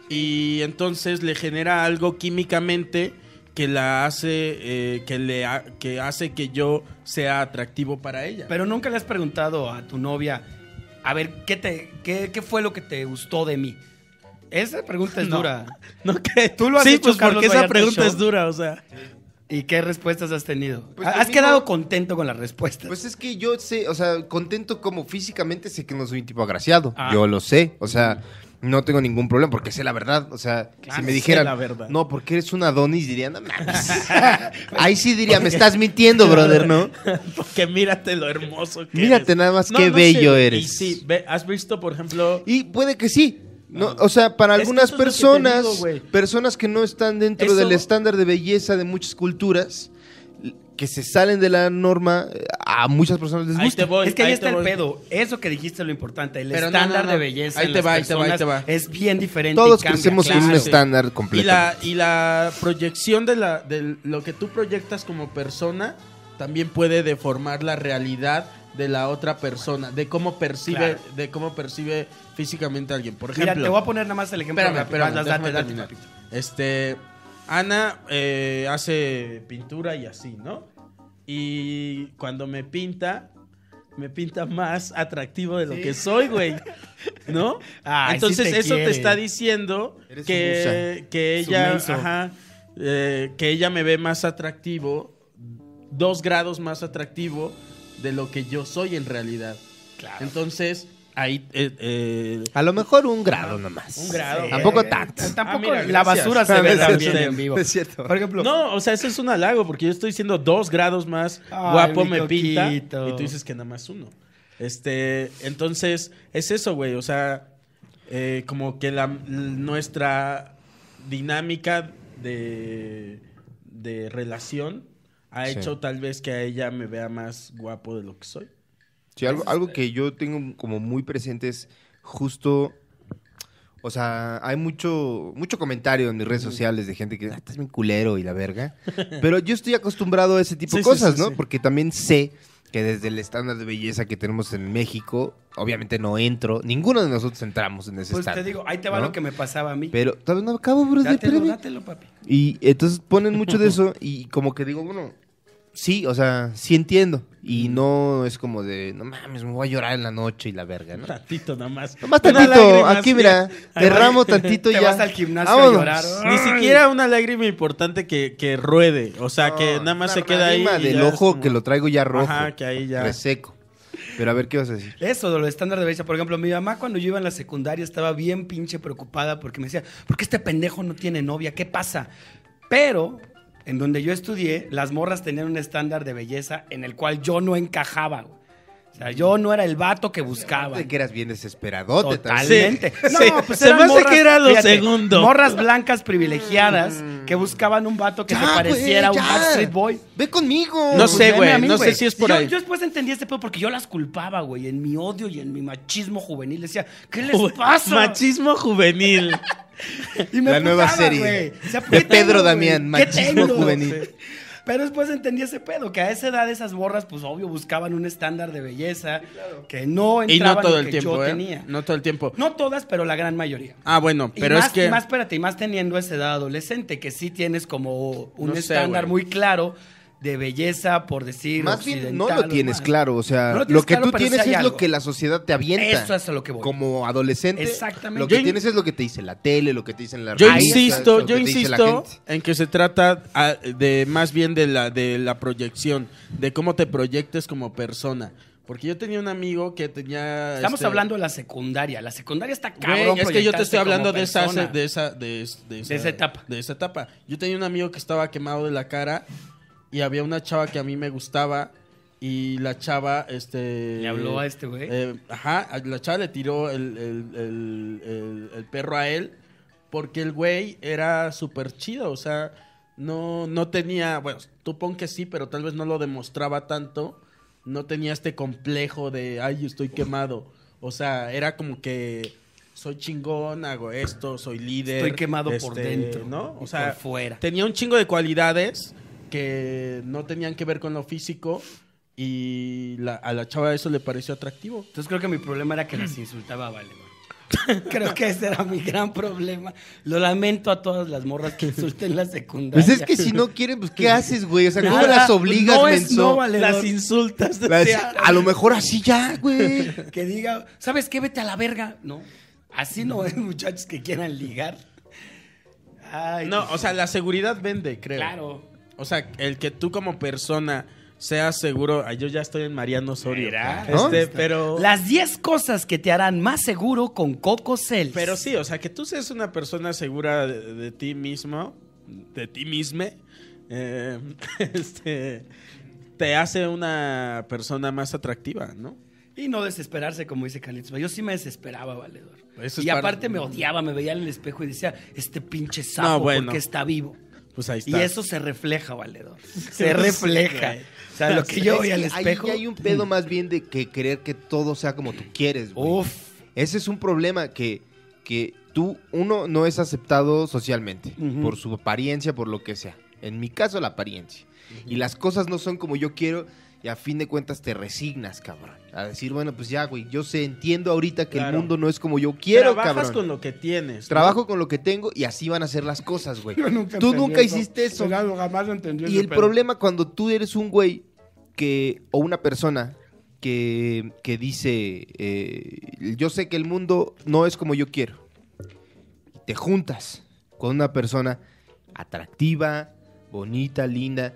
y entonces le genera algo químicamente que la hace eh, que le ha- que hace que yo sea atractivo para ella. Pero nunca le has preguntado a tu novia, a ver, ¿qué, te, qué, qué fue lo que te gustó de mí? Esa pregunta es No. dura. ¿No que Tú lo has sí, hecho, pues Carlos porque esa Vallarta pregunta Show. es dura, o sea. ¿Y qué respuestas has tenido? Pues ¿Has conmigo- quedado contento con las respuestas? Pues es que yo sé, o sea, contento como físicamente sé que no soy un tipo agraciado. Ah. Yo lo sé, o sea, no tengo ningún problema porque sé la verdad. O sea, Claro, si me sé dijeran, la verdad. no, porque eres un Adonis, dirían, no mames". Ahí sí diría, me estás mintiendo, brother, ¿no? Porque mírate lo hermoso que Mírate eres. nada más No, qué no bello sé. eres. Y sí, ve- has visto, por ejemplo, Y puede que sí. No, o sea, para Es que algunas eso es lo que te personas, digo, güey. personas que no están dentro Eso- del estándar de belleza de muchas culturas, que se salen de la norma, eh, a muchas personas les ahí gusta. te voy, es que ahí, te está el voy. pedo. Eso que dijiste es lo importante. El Pero no, estándar no, no. de belleza. Ahí en te las va, ahí te va, ahí te personas va. Es bien diferente. y Todos cambia, crecemos en un claro. sí. estándar Y completo. la, y la proyección de, la, de lo que tú proyectas como persona también puede deformar la realidad de la otra persona, de cómo percibe, Claro. de cómo percibe físicamente a alguien. Por ejemplo, Mira, te voy a poner nada más el ejemplo. espérame, rápido. espérame, Las déjame date, date, terminar. papito. Este, Ana eh, hace pintura y así, ¿no? Y cuando me pinta, me pinta más atractivo de lo que soy, güey. ¿No? Ay, Entonces sí te eso quiere. te está diciendo Eres su que, que Su ella, menso. ajá, eh, que ella me ve más atractivo, dos grados más atractivo de lo que yo soy en realidad. Claro. Entonces ahí eh, eh, A lo mejor un grado nomás. un grado. Tampoco Eh, tanto. Tampoco Ah, mira, la gracias. basura se Ah, ve es también cierto. en vivo. Es cierto. Por ejemplo, No, o sea, eso es un halago, porque yo estoy diciendo dos grados más Ay, guapo mi me pinta. Y coquito. tú dices que nada más uno. Este, entonces, es eso, güey. O sea, eh, como que la, nuestra dinámica de, de relación ha Sí. hecho tal vez que a ella me vea más guapo de lo que soy. Sí, algo, algo que yo tengo como muy presente es justo O sea, hay mucho, mucho comentario en mis redes sociales de gente que "Ah, estás bien culero y la verga. Pero yo estoy acostumbrado a ese tipo de Sí, sí, cosas, sí, ¿no? sí. Porque también sé que desde el estándar de belleza que tenemos en México, obviamente no entro. Ninguno de nosotros entramos en ese Pues estándar. te digo, ahí te va ¿no? lo que me pasaba a mí. Pero todavía no acabo, bro. Dátelo, espérame. dátelo, papi. Y entonces ponen mucho de eso y como que digo, bueno, sí, o sea, sí entiendo. Y no es como de, no mames, me voy a llorar en la noche y la verga, ¿no? Tantito nada más. Nomás Una tantito, lágrima, aquí sí. mira, Ahí va. derramo tantito y Te ya. vas al gimnasio a Vámonos. llorar. Ni siquiera una lágrima importante que, que ruede. O sea, que Ah, No, nada más una se queda ahí. lágrima y del ya es ojo como- que lo traigo ya rojo. Ajá, que ahí ya. Reseco. Pero a ver, ¿qué vas a decir? Eso, de lo estándar de belleza. Por ejemplo, mi mamá cuando yo iba en la secundaria estaba bien pinche preocupada porque me decía, ¿por qué este pendejo no tiene novia? ¿Qué pasa? Pero en donde yo estudié, las morras tenían un estándar de belleza en el cual yo no encajaba. güey. O sea, yo no era el vato que Ah, buscaba. De que eras bien desesperadote. Totalmente. pues Sí, sí. Se eran me hace que era lo segundo. Morras blancas privilegiadas que buscaban un vato que se pareciera a un Backstreet Boy. Ve conmigo. Pues No sé, Veme a güey. mí, No sé si es por yo, ahí. Yo después entendí este pedo porque yo las culpaba, güey, en mi odio y en mi machismo juvenil. Decía, ¿qué les Ju- pasa? Machismo juvenil. Y me La nueva emputaba, serie güey. O sea, de ¿qué Pedro güey? Damián, ¿Qué machismo tengo? juvenil. Sí. Pero después entendí ese pedo, que a esa edad esas morras, pues obvio, buscaban un estándar de belleza que no y no entraba todo en el lo que tiempo, yo ¿eh? tenía. No todo el tiempo. No todas, pero la gran mayoría. Ah, bueno, Y pero más, es que. y más, espérate, y más teniendo esa edad adolescente, que sí tienes como un No sé, estándar güey. muy claro de belleza, por decir Más bien no occidental lo o tienes demás. claro, o sea, No lo lo, tienes que claro, tú pero tienes sí hay es algo. lo que la sociedad te avienta. Eso es a lo que voy. Como adolescente. Exactamente. Lo que Yo- tienes es lo que te dice la tele, lo que te dicen las Yo revistas, insisto, lo que yo te dice la insisto gente. en que se trata ah, de más bien de la de la proyección, de cómo te proyectes como persona. Porque yo tenía un amigo que tenía. Estamos este, hablando de la secundaria. La secundaria está Güey, es que cabrón. yo te proyectarse estoy hablando como de esa, persona. de esa, de, es- de esa etapa. De esa etapa. Yo tenía un amigo que estaba quemado de la cara y había una chava que a mí me gustaba y la chava, este... ¿Le habló a este güey? eh, ajá, a la chava le tiró el, el- el- el- el perro a él porque el güey era súper chido, o sea, no, no tenía, bueno, tú pon que sí, pero tal vez no lo demostraba tanto, no tenía este complejo de, ay, yo estoy quemado, o sea, era como que soy chingón, hago esto, soy líder. Estoy quemado por este, dentro. ¿no? y O sea, por fuera. tenía un chingo de cualidades que no tenían que ver con lo físico y la- a la chava eso le pareció atractivo. Entonces creo que mi problema era que las insultaba, vale. güey. Creo que ese era mi gran problema. Lo lamento a todas las morras que insulten la secundaria. Pues es que si no quieren, pues ¿qué haces, güey? O sea, ¿cómo Nada, las obligas, no es menso? no, valedor. Las insultas. Las- decía. a lo mejor así ya, güey. que diga, ¿sabes qué? Vete a la verga. No, así no es, muchachos que quieran ligar. Ay, pues No, o sea, la seguridad vende, creo. claro. O sea, el que tú como persona seas seguro. Ay, yo ya estoy en Mariano Osorio. Mira. Este, pero. Las 10 cosas que te harán más seguro con Coco Celis. Pero sí, o sea, que tú seas una persona segura de, de ti mismo, de ti misma, eh, este, te hace una persona más atractiva, ¿no? Y no desesperarse, como dice Carlitos. Yo sí me desesperaba, valedor. Eso es y para- aparte me odiaba, me veía en el espejo y decía, este pinche sapo, No, bueno. porque está vivo. Pues ahí está. Y eso se refleja, valedor. Se refleja. O sea, lo que yo Es veía al que espejo. Ahí hay un pedo más bien de que creer que todo sea como tú quieres, güey. Uf. Ese es un problema que, que tú, uno, no es aceptado socialmente Ujú. por su apariencia, por lo que sea. En mi caso, la apariencia. Y las cosas no son como yo quiero y a fin de cuentas te resignas, cabrón. A decir, bueno, pues ya, güey, yo sé, entiendo ahorita que el Claro. mundo no es como yo quiero, Trabajas cabrón. con lo que tienes. ¿no? Trabajo con lo que tengo y así van a ser las cosas, güey. nunca Tú nunca hiciste eso. Pues, jamás lo entendí. Y el problema cuando tú eres un güey que, o una persona que, que dice, eh, yo sé que el mundo no es como yo quiero. Te juntas con una persona atractiva, bonita, linda,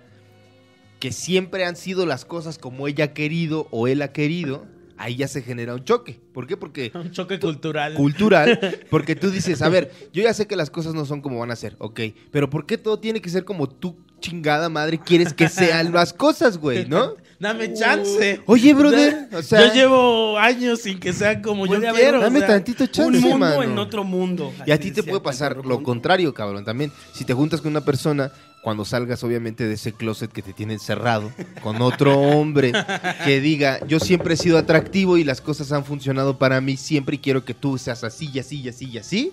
que siempre han sido las cosas como ella ha querido o él ha querido, ahí ya se genera un choque. ¿Por qué? Porque Un choque cultural. cultural, porque tú dices, a ver, yo ya sé que las cosas no son como van a ser, ok, pero ¿por qué todo tiene que ser como tú chingada madre quieres que sean las cosas, güey, no? Dame chance. Oye, brother, o sea- yo llevo años sin que sean como yo Puede haber quiero. o Dame sea, tantito Un chance, mundo mano. en otro mundo. Y a ti Así te decía puede pasar Paco lo Rojo. contrario, cabrón, también. Si te juntas con una persona, cuando salgas obviamente de ese closet que te tiene encerrado, con otro hombre que diga, yo siempre he sido atractivo y las cosas han funcionado para mí siempre y quiero que tú seas así y así y así y así.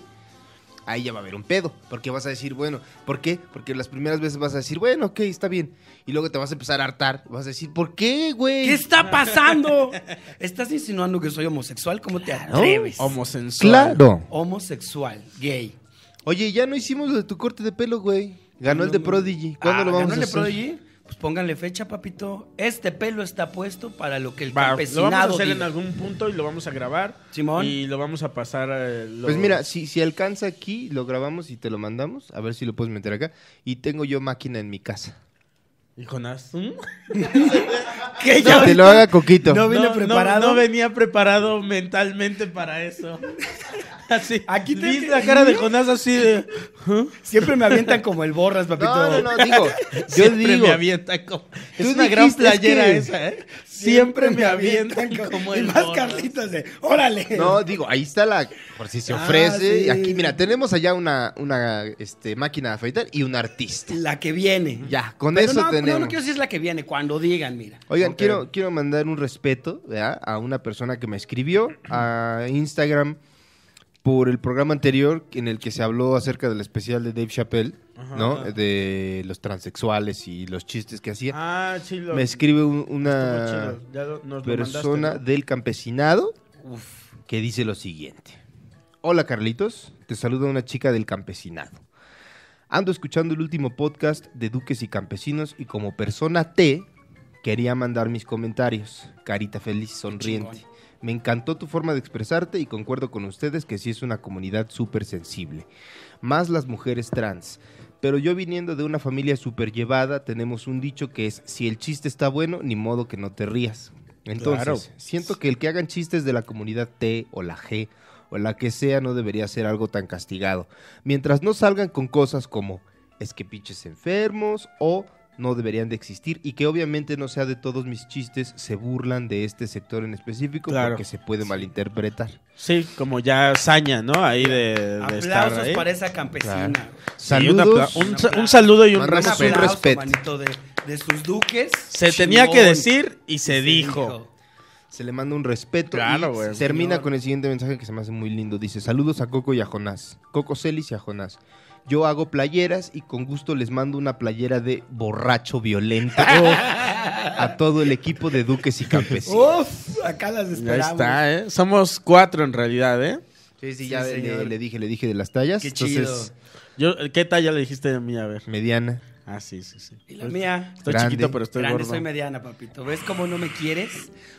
Ahí ya va a haber un pedo, porque vas a decir, bueno, ¿por qué? Porque las primeras veces vas a decir, bueno, ok, está bien. Y luego te vas a empezar a hartar, vas a decir, ¿por qué, güey? ¿Qué está pasando? ¿Estás insinuando que soy homosexual? ¿Cómo te atreves? Pues, Homosensual. Claro. homosexual, gay. Oye, ya no hicimos lo de tu corte de pelo, güey. Ganó el de Prodigy. ¿Cuándo Ah, lo vamos ¿ganó a el de hacer? Prodigy? Pues pónganle fecha, papito. Este pelo está puesto para lo que el Va, lo campesinado vamos a hacer en diga. algún punto y lo vamos a grabar. Simón. Y lo vamos a pasar. eh, lo- Pues mira, si, si alcanza aquí, lo grabamos y te lo mandamos. A ver si lo puedes meter acá. Y tengo yo máquina en mi casa. ¿Y Jonás? ¿Mm? ¿Qué? No, ¿Ya te viste? lo haga Coquito. No vine preparado. No, venía preparado mentalmente para eso. Así. Aquí te- vi la cara de Jonás así de. ¿eh? ¿huh? Siempre me avientan como el borras, papito. No, no, no, digo. Yo Siempre digo. me avienta como. Es Tú una gran dijiste, es playera que- esa, ¿eh? Siempre me avientan como Y el más borras. Carlitos de, órale. No, digo, ahí está la. Por si se Ah, ofrece. sí. Aquí, mira, tenemos allá una, una este, máquina de afeitar y un artista. La que viene. Ya, con Pero eso no, tenemos. No, no quiero decir es la que viene, cuando digan, mira. Oigan, quiero, quiero mandar un respeto ¿verdad? a una persona que me escribió a Instagram por el programa anterior en el que se habló acerca del especial de Dave Chappelle, ¿no? De los transexuales y los chistes que hacía. Ah, chilo. me escribe un- Estuvo una chido. Ya lo- nos lo mandaste, persona ¿no? del campesinado que dice lo siguiente. Hola Carlitos, te saluda una chica del campesinado. Ando escuchando el último podcast de Duques y Campesinos y como persona T quería mandar mis comentarios. Carita feliz, sonriente. Me encantó tu forma de expresarte y concuerdo con ustedes que sí es una comunidad súper sensible. Más las mujeres trans. Pero yo viniendo de una familia súper llevada, tenemos un dicho que es, si el chiste está bueno, ni modo que no te rías. Entonces, Claro. siento que el que hagan chistes de la comunidad T o la G o la que sea no debería ser algo tan castigado. Mientras no salgan con cosas como, es que pinches enfermos o no deberían de existir y que obviamente no sea de todos mis chistes, se burlan de este sector en específico Claro. porque se puede malinterpretar. Sí, como ya hazaña, ¿no? Ahí de, de estar Aplausos ahí. para esa campesina. Claro. Sí, un apla- Saludos. un, sa- un saludo y un Mandamos ramo. un pero- respeto. manito, de, de sus duques. Se tenía que Chingón. decir y se, dijo. Se le manda un respeto. Claro, y güey. Termina Señor. con el siguiente mensaje que se me hace muy lindo. Dice: Saludos a Coco y a Jonás. Coco Celis y a Jonás. Yo hago playeras y con gusto les mando una playera de borracho violento a todo el equipo de Duques y Campesinos. Uf, acá las Ahí esperamos. está, ¿eh? Somos cuatro en realidad, ¿eh? Sí, sí, ya Sí, le, señor. le dije, le dije de las tallas. Qué entonces, Yo, ¿Qué talla le dijiste de mí? A ver. mediana. Ah, sí, sí, sí. Y pues, la mía. Estoy Grande. chiquito, pero estoy grande, gordo. soy mediana, papito. ¿Ves cómo no me quieres?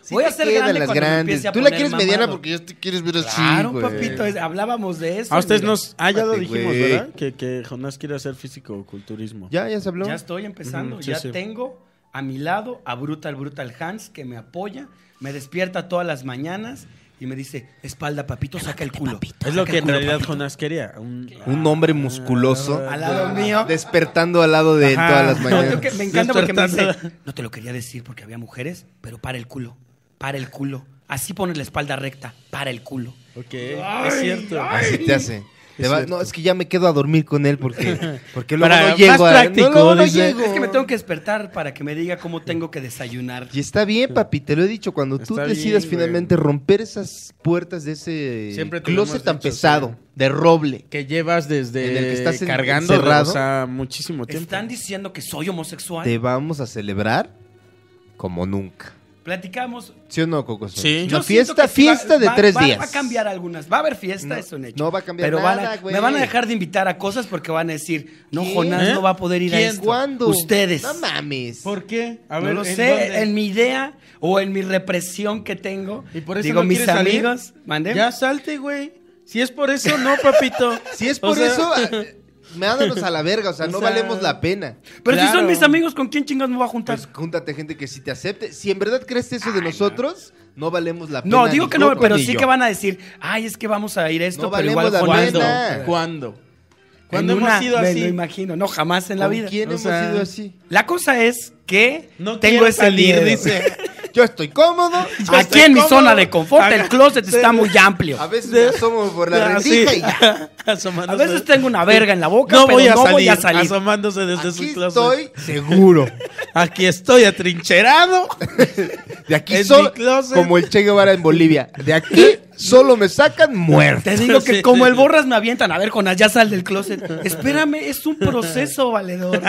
Sí Voy a te ser quedan grande las cuando me grandes. empiece a Tú la poner quieres mamado. mediana porque ya te quieres ver así. Claro, güey. papito, es- hablábamos de eso. Ah, ustedes mira. nos... Ah, ya lo Cálmate, dijimos, güey. ¿verdad? Que, que Jonás quiere hacer físico-culturismo. Ya, ya se habló. Ya estoy empezando, Ujú, sí, ya sí. tengo a mi lado a Brutal Brutal Hans que me apoya, me despierta todas las mañanas y me dice, espalda papito, saca el culo. Es lo que en realidad Jonás quería. Un... Un hombre musculoso. Al lado mío. Ah, Despertando al lado de él Ajá. todas las No, yo mañanas. que- me encanta porque me dice, Despertando. no te lo quería decir porque había mujeres, pero para el culo, para el culo. Así pones la espalda recta, para el culo. Ok, es cierto. Así te hace. Te va- no, es que ya me quedo a dormir con él porque, porque luego Para- no llego. más a- práctico, no, luego no dice. llego. Es que me tengo que despertar para que me diga cómo tengo que desayunar. Y está bien, papi, te lo he dicho. Cuando tú Está decidas bien, güey. finalmente romper esas puertas de ese Siempre te lo closet hemos tan dicho, pesado, sí. de roble. Que llevas desde... En el que estás en- cargando, encerrado. o sea, muchísimo tiempo. Están diciendo que soy homosexual. Te vamos a celebrar como nunca. Platicamos. ¿Sí o no, Coco? Celis? Sí. Una Yo siento fiesta, que sí va- fiesta de va- tres va- días. Va a cambiar algunas. Va a haber fiesta, es un hecho. no va a cambiar van a- nada, güey. Me van a dejar de invitar a cosas porque van a decir, no, ¿Quién? Jonás ¿Eh? no va a poder ir a ¿Quién? esto. ¿Cuándo? Ustedes. No mames. ¿Por qué? A No ver, lo ¿en sé, dónde? en mi idea o en mi represión que tengo. Y por eso digo, no mis quieres salir. amigos, mandé. Ya salte, güey. Si es por eso, no, papito. Si es O por sea, eso, ah, a- mándanos a la verga. O sea, O no sea, valemos la pena. Pero si Claro. son mis amigos, ¿con quién chingas me voy a juntar? Pues júntate gente que sí te acepte. Si en verdad crees eso de nosotros, no. valemos la pena. no, digo ni que no, Coco pero ni sí yo. que van a decir, ay, es que vamos a ir a esto, No pero valemos igual la Jonás ¿Cuándo? pena. no". ¿Cuándo? ¿Cuándo En hemos una- sido así? Me lo imagino. No, jamás en la ¿Con vida. quién o hemos sea- sido así? La cosa es que No tengo quiero ese salir, miedo. dice. Yo estoy cómodo. Yo Aquí estoy en mi cómodo. zona de confort, Acá. el closet está muy amplio. A veces me asomo por la Así. rendija y ya. Ah, Asomándose. A veces tengo una verga en la boca, no pero voy a no salir, voy a salir. Asomándose desde Aquí su closet. estoy seguro. Aquí estoy atrincherado. De aquí En mi solo. closet. Como el Che Guevara en Bolivia. De aquí solo me sacan muerto. Te digo que Sí, como sí, el sí. borras me avientan. A ver, Jonas, ya sal del closet. Espérame, es un proceso, valedor.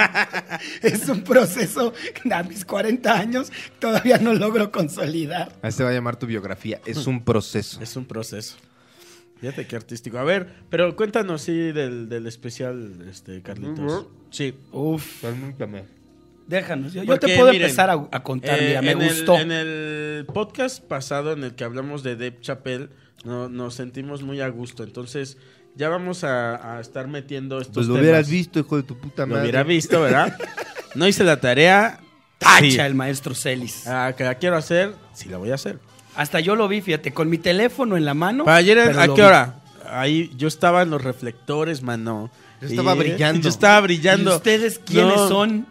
Es un proceso que a mis 40 años todavía no logro consolidar. Ahí se va a llamar tu biografía. Es un proceso. Es un proceso. Fíjate qué artístico. A ver, pero cuéntanos, sí, del, del especial, este, Carlitos. Sí. Uf, déjanos. Yo, yo Porque, te puedo miren, empezar a, a contar, eh, mira, me en el- gustó. en el podcast pasado en el que hablamos de Dave Chappelle, no, nos sentimos muy a gusto. Entonces, ya vamos a, a estar metiendo estos Pues lo temas. hubieras visto, hijo de tu puta Lo madre. hubiera visto, ¿verdad? No hice la tarea. Tacha Sí. el maestro Celis. Ah, que la quiero hacer, sí la voy a hacer. Hasta yo lo vi, fíjate, con mi teléfono en la mano. Para ayer, pero ¿a lo qué vi. hora? Ahí yo estaba en los reflectores, mano. Yo estaba brillando. Yo estaba ¿Y brillando. ustedes quiénes No, son?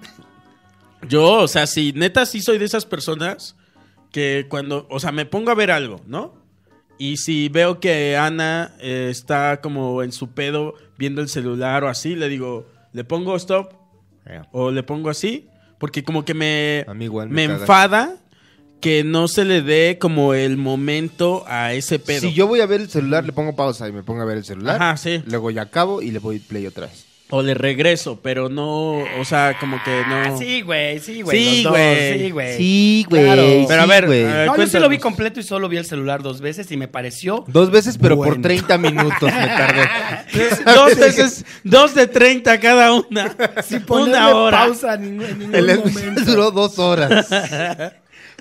Yo, o sea, sí, neta, sí soy de esas personas que cuando, o sea, me pongo a ver algo, ¿no? Y si veo que Ana eh, está como en su pedo viendo el celular o así, le digo, le pongo stop Eh, o le pongo así, porque como que me, A mí igual me me caga. enfada que no se le dé como el momento a ese pedo. Si yo voy a ver el celular, le pongo pausa y me pongo a ver el celular. Ajá, sí. Luego ya acabo y le voy play otra vez. O le regreso, pero no, o sea, como que Ah, no. Ah, Sí, güey, sí, güey. Sí, los dos, güey. Sí, güey. güey. Claro. Pero a ver, a ver, No, yo sí lo vi cuéntanos. completo y solo vi el celular dos veces y me pareció. Dos veces, pero por Bueno. 30 minutos me tardé. dos veces, dos de 30 cada una. una hora. pausa en ningún, en ningún El especial momento. duró dos horas.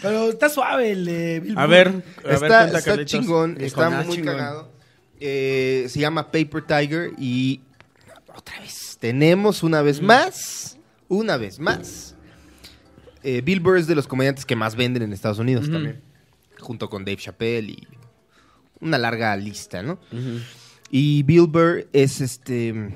Pero está suave el de Bill A Burr. ver, a ver, está cuenta, está Carlitos. ah, chingón, está Jonás muy chingón. cagado. Eh, se llama Paper Tiger y otra vez, tenemos una vez Mm. más, una vez más. eh, Bill Burr es de los comediantes que más venden en Estados Unidos también, junto con Dave Chappelle y una larga lista, ¿no? Y Bill Burr es este.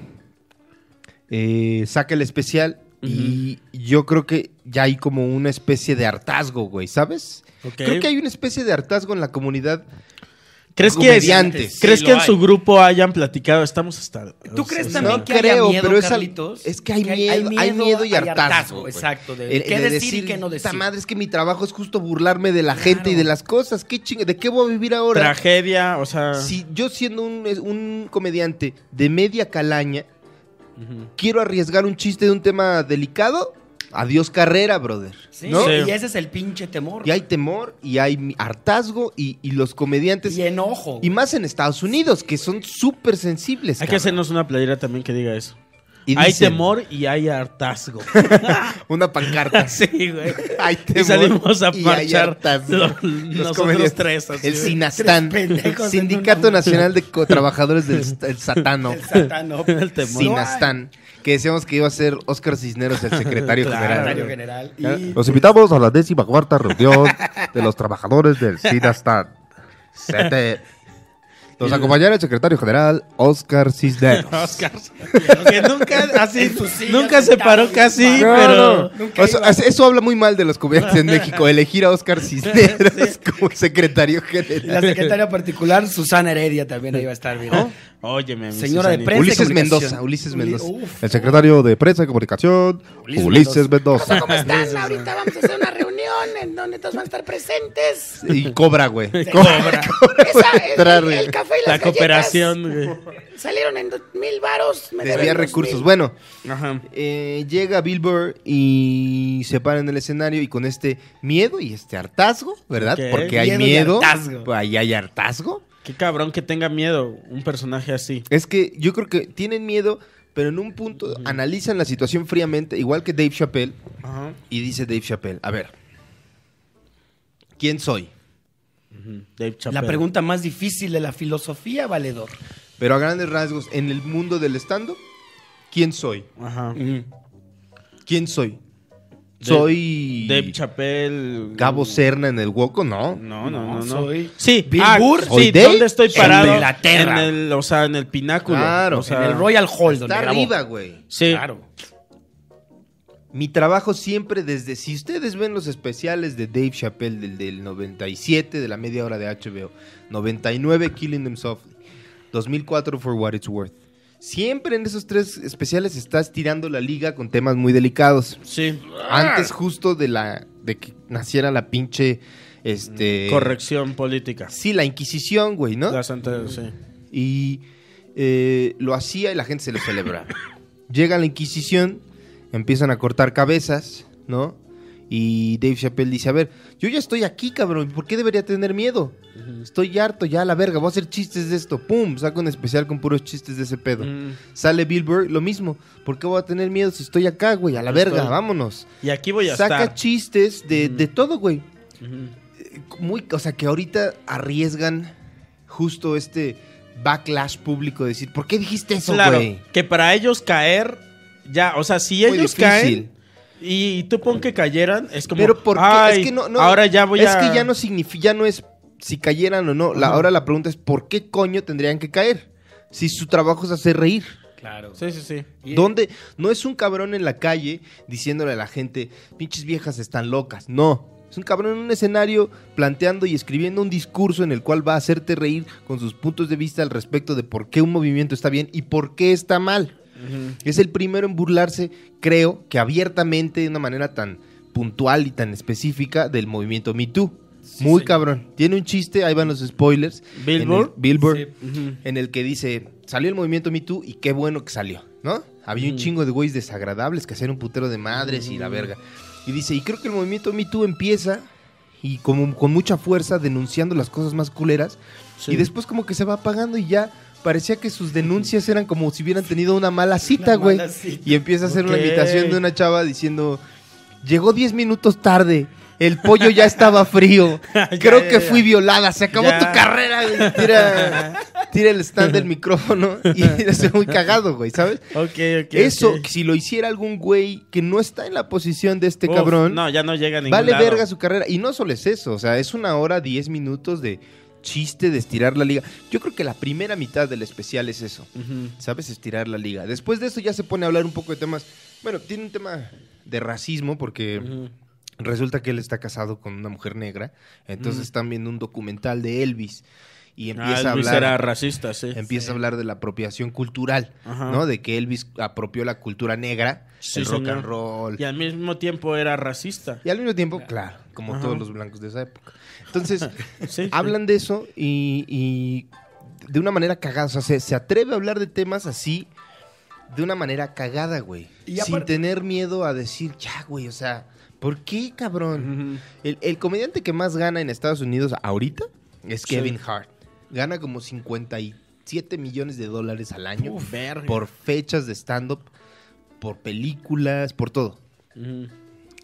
eh, saca el especial. Y yo creo que ya hay como una especie de hartazgo, güey, ¿sabes? Ok. Creo que hay una especie de hartazgo en la comunidad. ¿Crees que, es- comediantes. ¿crees Sí, que lo en su hay. grupo hayan platicado? Estamos hasta. ¿Tú crees o sea, también no que haya creo, miedo, pero es al- Carlitos? es que hay miedo- hay miedo y hartazgo, güey. exacto. De, El- ¿Qué el de decir y qué no decir? Esta madre es que mi trabajo es justo burlarme de la gente y Claro. de las cosas. ¿Qué chinga? ¿De qué voy a vivir ahora? Tragedia, o sea. Si yo siendo un, es- un comediante de media calaña, quiero arriesgar un chiste de un tema delicado, adiós carrera, brother. Sí, ¿no? Sí. Y ese es el pinche temor. Y hay temor, y hay mi- hartazgo, y, y los comediantes... Y Y, enojo. más en Estados Unidos, que son súper sensibles. hay que cabrón. hacernos una playera también que diga eso. Y hay dicen, temor y hay hartazgo. Una pancarta. sí, güey. hay Y temor salimos a y hay marchar hartazgo. los- Los nosotros comediantes. tres. así, El güey. Sinastán, Tres pendejos en Sindicato una- Nacional de Co- Trabajadores del Sta- el Satano. El satano. El temor. No hay- Sinastán, que decíamos que iba a ser Óscar Cisneros el secretario Claro. general. Secretario general. Y Los invitamos a la décima cuarta reunión de los trabajadores del SIDASTAN. Sete. Nos acompañará el secretario general Óscar Cisneros. Oscar. que nunca, así, En su silla nunca se sentado, paró bien casi, pero. parado. Nunca Eso, iba. eso habla muy mal de los comediantes en México, elegir a Óscar Cisneros como secretario Y la general. secretaria particular, Susana Heredia, también ahí va a estar bien. Óyeme, mi Señora Susanita. de prensa. y Ulises comunicación. Mendoza, Ulises Uli- Mendoza. Uf. El secretario de Prensa y Comunicación, Ulises Ulises, Mendoza. Pues, están? Ahorita vamos a hacer una reunión en donde todos van a estar presentes. Y cobra, güey. Cobra. Esa, el, Entrar, el- güey. el café y las La galletas cooperación, güey. Salieron en dos mil varos. me Desvía deben dos recursos. mil. Bueno, Ajá. eh, llega Billboard y se para en el escenario y con este miedo y este hartazgo, ¿verdad? Ok. Porque hay Miedo y miedo. Pues, hartazgo. Ahí hay hartazgo. Qué cabrón que tenga miedo un personaje así. Es que yo creo que tienen miedo, pero en un punto analizan la situación fríamente, igual que Dave Chappelle, Ajá. y dice Dave Chappelle, a ver, ¿quién soy? Dave Chappelle. La pregunta más difícil de la filosofía, valedor. Pero a grandes rasgos, en el mundo del stand-up, ¿quién soy? Ajá. ¿Quién soy? soy Dave Chappelle. Gabo Serna en el Woco, no. No, no, no, no. soy Sí, Bill ah, Burr. sí, Soy Dave ¿dónde estoy parado? En Inglaterra. En el, o sea, en el pináculo. Claro, o sea, en el Royal Hall donde Está grabó. arriba, güey. ah. Sí. Claro. Mi trabajo siempre desde, si ustedes ven los especiales de Dave Chappelle del, del 97, de la media hora de HBO, 99 Killing Them Softly, 2004 For What It's Worth. Siempre en esos tres especiales estás tirando la liga con temas muy delicados. Sí. Antes justo de la de que naciera la pinche este Corrección política. Sí, la Inquisición, güey, ¿no? La Santa, sí. Y eh, lo hacía y la gente se lo celebraba. Llega la Inquisición, empiezan a cortar cabezas, ¿no? Y Dave Chappelle dice, a ver, yo ya estoy aquí, cabrón, ¿por qué debería tener miedo? Estoy harto, ya a la verga, voy a hacer chistes de esto. ¡Pum! Saco un especial con puros chistes de ese pedo. Mm. Sale Bill Burr, lo mismo. ¿Por qué voy a tener miedo si estoy acá, güey? A la verga, Estoy- vámonos. Y aquí voy a Saca estar. chistes de, de todo, güey Eh, Ujú. muy, o sea, que ahorita arriesgan justo este backlash público de decir, ¿por qué dijiste eso, Claro, güey? que para ellos caer, ya, o sea, si Muy ellos difícil. caen y, y tú pon que cayeran, es como, Pero porque "Ay, es que no, no- ahora ya voy es a... que ya no significa, ya no es si cayeran o no. La, ahora la pregunta es ¿por qué coño tendrían que caer? Si su trabajo es hacer reír. Claro. Sí, sí, sí. Y- ¿Dónde? No es un cabrón en la calle diciéndole a la gente, pinches viejas están locas. No. Es un cabrón en un escenario planteando y escribiendo un discurso en el cual va a hacerte reír con sus puntos de vista al respecto de por qué un movimiento está bien y por qué está mal. Es el primero en burlarse, creo, que abiertamente, de una manera tan puntual y tan específica, del movimiento Me Too. Muy señor. cabrón. Tiene un chiste, ahí van los spoilers. En Bill el- Burr. Bill Burr Sí. Ujú. en el que dice, salió el movimiento Me Too y qué bueno que salió, ¿no? Había un chingo de güeyes desagradables que hacían un putero de madres y la verga. Y dice, y creo que el movimiento Me Too empieza y como con mucha fuerza denunciando las cosas más culeras Sí. y después como que se va apagando y ya parecía que sus denuncias eran como si hubieran tenido una mala cita, Una mala güey. cita. Y empieza a hacer una Ok. invitación de una chava diciendo, llegó 10 minutos tarde. El pollo ya estaba frío. Creo ya, que ya. fui violada. Se acabó Ya. tu carrera. güey. Tira, tira el stand del micrófono y es muy cagado, güey, ¿sabes? Ok, ok, Eso, ok. si lo hiciera algún güey que no está en la posición de este Uf, cabrón, No, ya no llega a ningún vale lado. verga su carrera. Y no solo es eso, o sea, es una hora, 10 minutos de chiste de estirar la liga. Yo creo que la primera mitad del especial es eso. Ujú. ¿sabes? Estirar la liga. Después de eso ya se pone a hablar un poco de temas. Bueno, tiene un tema de racismo porque Ujú. resulta que él está casado con una mujer negra. Entonces están viendo un documental de Elvis y Ah, empieza a Luis hablar. era racista, sí. Empieza a hablar de la apropiación cultural, Ajá. ¿no? De que Elvis apropió la cultura negra, Sí, el rock señor. and roll. Y al mismo tiempo era racista. Y al mismo tiempo, claro, como Ajá. todos los blancos de esa época. Entonces, Sí, sí. hablan de eso y, y de una manera cagada. O sea, se, se atreve a hablar de temas así de una manera cagada, güey. Y Sin aparte- tener miedo a decir, ya, güey, o sea, ¿por qué, cabrón? Ujú. el, el comediante que más gana en Estados Unidos ahorita es Sí. Kevin Hart. Gana como 57 millones de dólares al año Uf, verga. por fechas de stand-up, por películas, por todo. Ujú.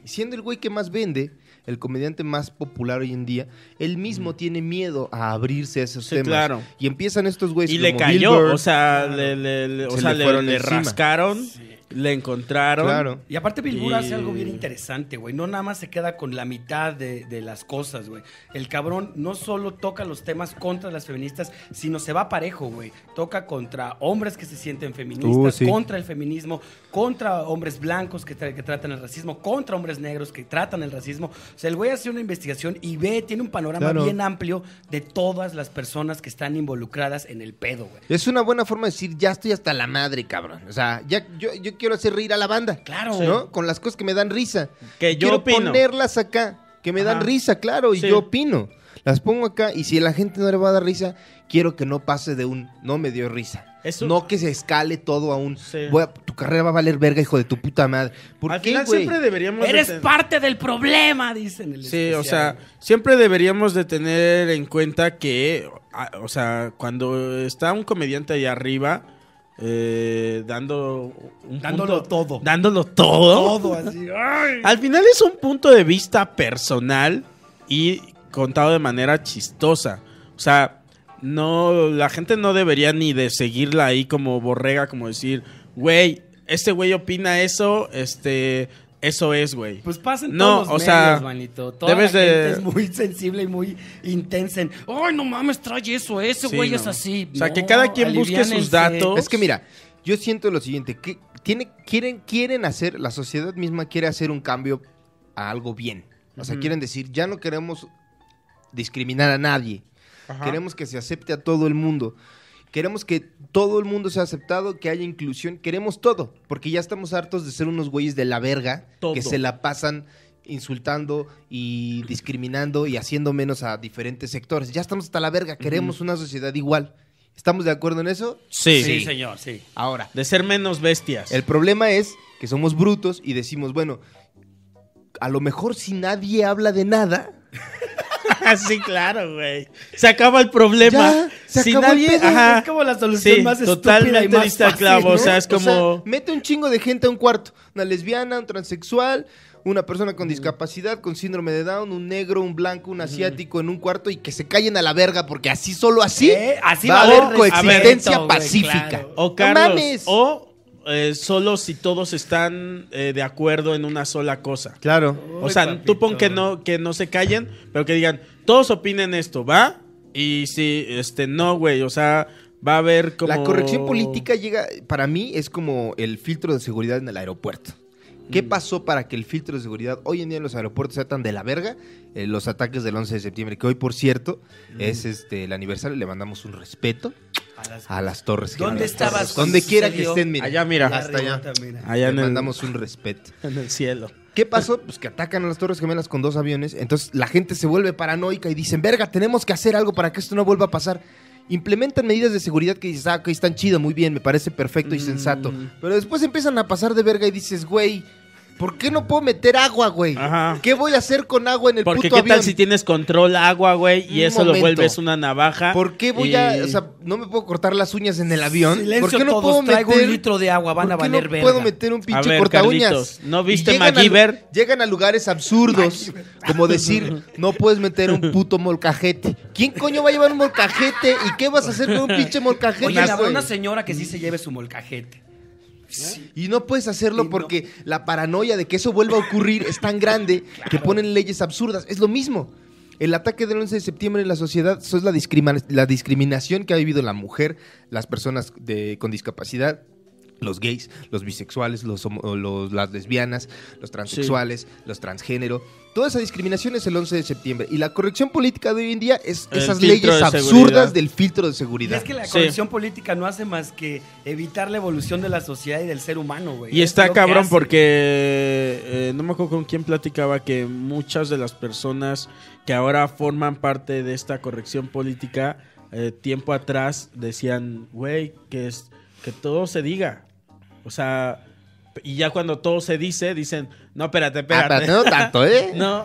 Siendo el güey que más vende, el comediante más popular hoy en día, él mismo tiene miedo a abrirse a esos Sí, temas. claro. Y empiezan estos güeyes Y le como cayó, Bill Burr. o sea, le, le- le- o Se sea, le le, fueron le encima. rascaron, le encontraron. Claro. Y aparte Bill Burr Y- hace algo bien interesante, güey. No nada más se queda con la mitad de, de las cosas, güey. El cabrón no solo toca los temas contra las feministas, sino se va parejo, güey. Toca contra hombres que se sienten feministas, Uh, sí. contra el feminismo, contra hombres blancos que, tra- que tratan el racismo, contra hombres negros que tratan el racismo. O sea, el güey hace una investigación y ve, tiene un panorama Claro. bien amplio de todas las personas que están involucradas en el pedo, güey. Es una buena forma de decir, ya estoy hasta la madre, cabrón. O sea, ya, yo, yo quiero hacer reír a la banda. Claro. ¿No? Con las cosas que me dan risa. Que Y yo quiero opino. ponerlas acá, que me dan Ajá. risa, claro, y Sí. yo opino. Las pongo acá y si a la gente no le va a dar risa, quiero que no pase de un no me dio risa. Eso- No que se escale todo a un Sí. voy a- tu carrera va a valer verga, hijo de tu puta madre. ¿Por Al qué, final güey? siempre deberíamos de Eres ten- parte del problema, dicen. El Sí, o sea, especial. siempre deberíamos de tener en cuenta que, a- o sea, cuando está un comediante ahí arriba, eh, dando un Dándolo punto- todo. Dándolo todo. todo así. ¡ay! Al final es un punto de vista personal y contado de manera chistosa. O sea, no, la gente no debería ni de seguirla ahí como borrega, como decir, güey, este güey opina eso, este, Eso es, güey. Pues pasen No, todos los o sea, medios, manito. Toda debes la de- gente es muy sensible y muy intensa en, ay, no mames, trae eso, ese Sí, güey no. es así. O sea, que No, cada quien busque sus aliviánense. datos. Es que mira, yo siento lo siguiente, que tiene, quieren, quieren hacer, la sociedad misma quiere hacer un cambio a algo bien. O sea, quieren decir, ya no queremos discriminar a nadie. Queremos que se acepte a todo el mundo. Queremos que todo el mundo sea aceptado, que haya inclusión. Queremos todo, porque ya estamos hartos de ser unos güeyes de la verga Todo. que se la pasan insultando y discriminando y haciendo menos a diferentes sectores. Ya estamos hasta la verga, queremos una sociedad igual. ¿Estamos de acuerdo en eso? Sí. Sí, señor, sí. Ahora, De ser menos bestias. el problema es que somos brutos y decimos, bueno, a lo mejor si nadie habla de nada, sí, claro, güey. Se acaba el problema. Ya, se si acabó el nadie, pedo. ajá. Es como la solución Sí, más estúpida y totalmente más diste al fácil, clavo, ¿no? o sea, es como mete un chingo de gente a un cuarto, una lesbiana, un transexual, una persona con discapacidad, con síndrome de Down, un negro, un blanco, un asiático en un cuarto y que se callen a la verga porque así solo así Eh, así va a va a haber haber coexistencia respeto, güey, pacífica. claro. o ¡No Carlos mames! o eh, solo si todos están eh, de acuerdo en una sola cosa. Claro. o sea, papito. tú pon que no que no se callen, pero que digan, todos opinen esto, ¿va? Y si este no, güey, o sea, va a haber como La corrección política llega, para mí, es como el filtro de seguridad en el aeropuerto. ¿Qué pasó para que el filtro de seguridad hoy en día en los aeropuertos sea tan de la verga? Eh, los ataques del 11 de septiembre, que hoy, por cierto, es este el aniversario, le mandamos un respeto A las- a las Torres ¿Dónde Gemelas. estabas? Donde quiera que Sucedió. estén, mira. Allá, mira. Hasta allá. Arribota, mira. allá en le el, mandamos un respeto. en el cielo. ¿Qué pasó? Pues que atacan a las Torres Gemelas con dos aviones. Entonces la gente se vuelve paranoica y dicen, verga, tenemos que hacer algo para que esto no vuelva a pasar. Implementan medidas de seguridad que dices, ah, ok, están chido, muy bien, me parece perfecto Mm. y sensato. Pero después empiezan a pasar de verga y dices, güey, ¿por qué no puedo meter agua, güey? Ajá. ¿Qué voy a hacer con agua en el Porque puto qué avión? tal si tienes control agua, güey, y Un eso lo momento. vuelves una navaja. ¿Por qué voy a, y- o sea, no me puedo cortar las uñas en el avión? Silencio ¿Por qué no todos, puedo traigo meter un litro de agua, van a ¿Por qué valer no verga. puedo meter un pinche A ver, corta uñas? Carlitos, ¿no Y viste llegan a lu- MacGyver? llegan a lugares absurdos, como decir, no puedes meter un puto molcajete. ¿Quién coño va a llevar un molcajete? ¿Y qué vas a hacer con un pinche molcajete? Oye, la güey? una señora que sí se lleve su molcajete. Y no puedes hacerlo Y no. porque la paranoia de que eso vuelva a ocurrir es tan grande que ponen leyes absurdas. Es lo mismo. El ataque del 11 de septiembre en la sociedad eso es la, discrima- la discriminación que ha vivido la mujer, las personas de- con discapacidad, los gays, los bisexuales, los, homo- o los- las lesbianas, los transexuales, los transgénero. Toda esa discriminación es el 11 de septiembre. Y la corrección política de hoy en día es El esas filtro leyes de absurdas seguridad. del filtro de Y seguridad. es que la Sí. corrección política no hace más que evitar la evolución de la sociedad y del ser humano, güey. Y Es está lo que cabrón hace. porque eh, no me acuerdo con quién platicaba que muchas de las personas que ahora forman parte de esta corrección política eh, tiempo atrás decían, güey, que es que todo se diga. O sea, y ya cuando todo se dice dicen, no, espérate, Ah, espérate. pero no tanto, ¿eh? no,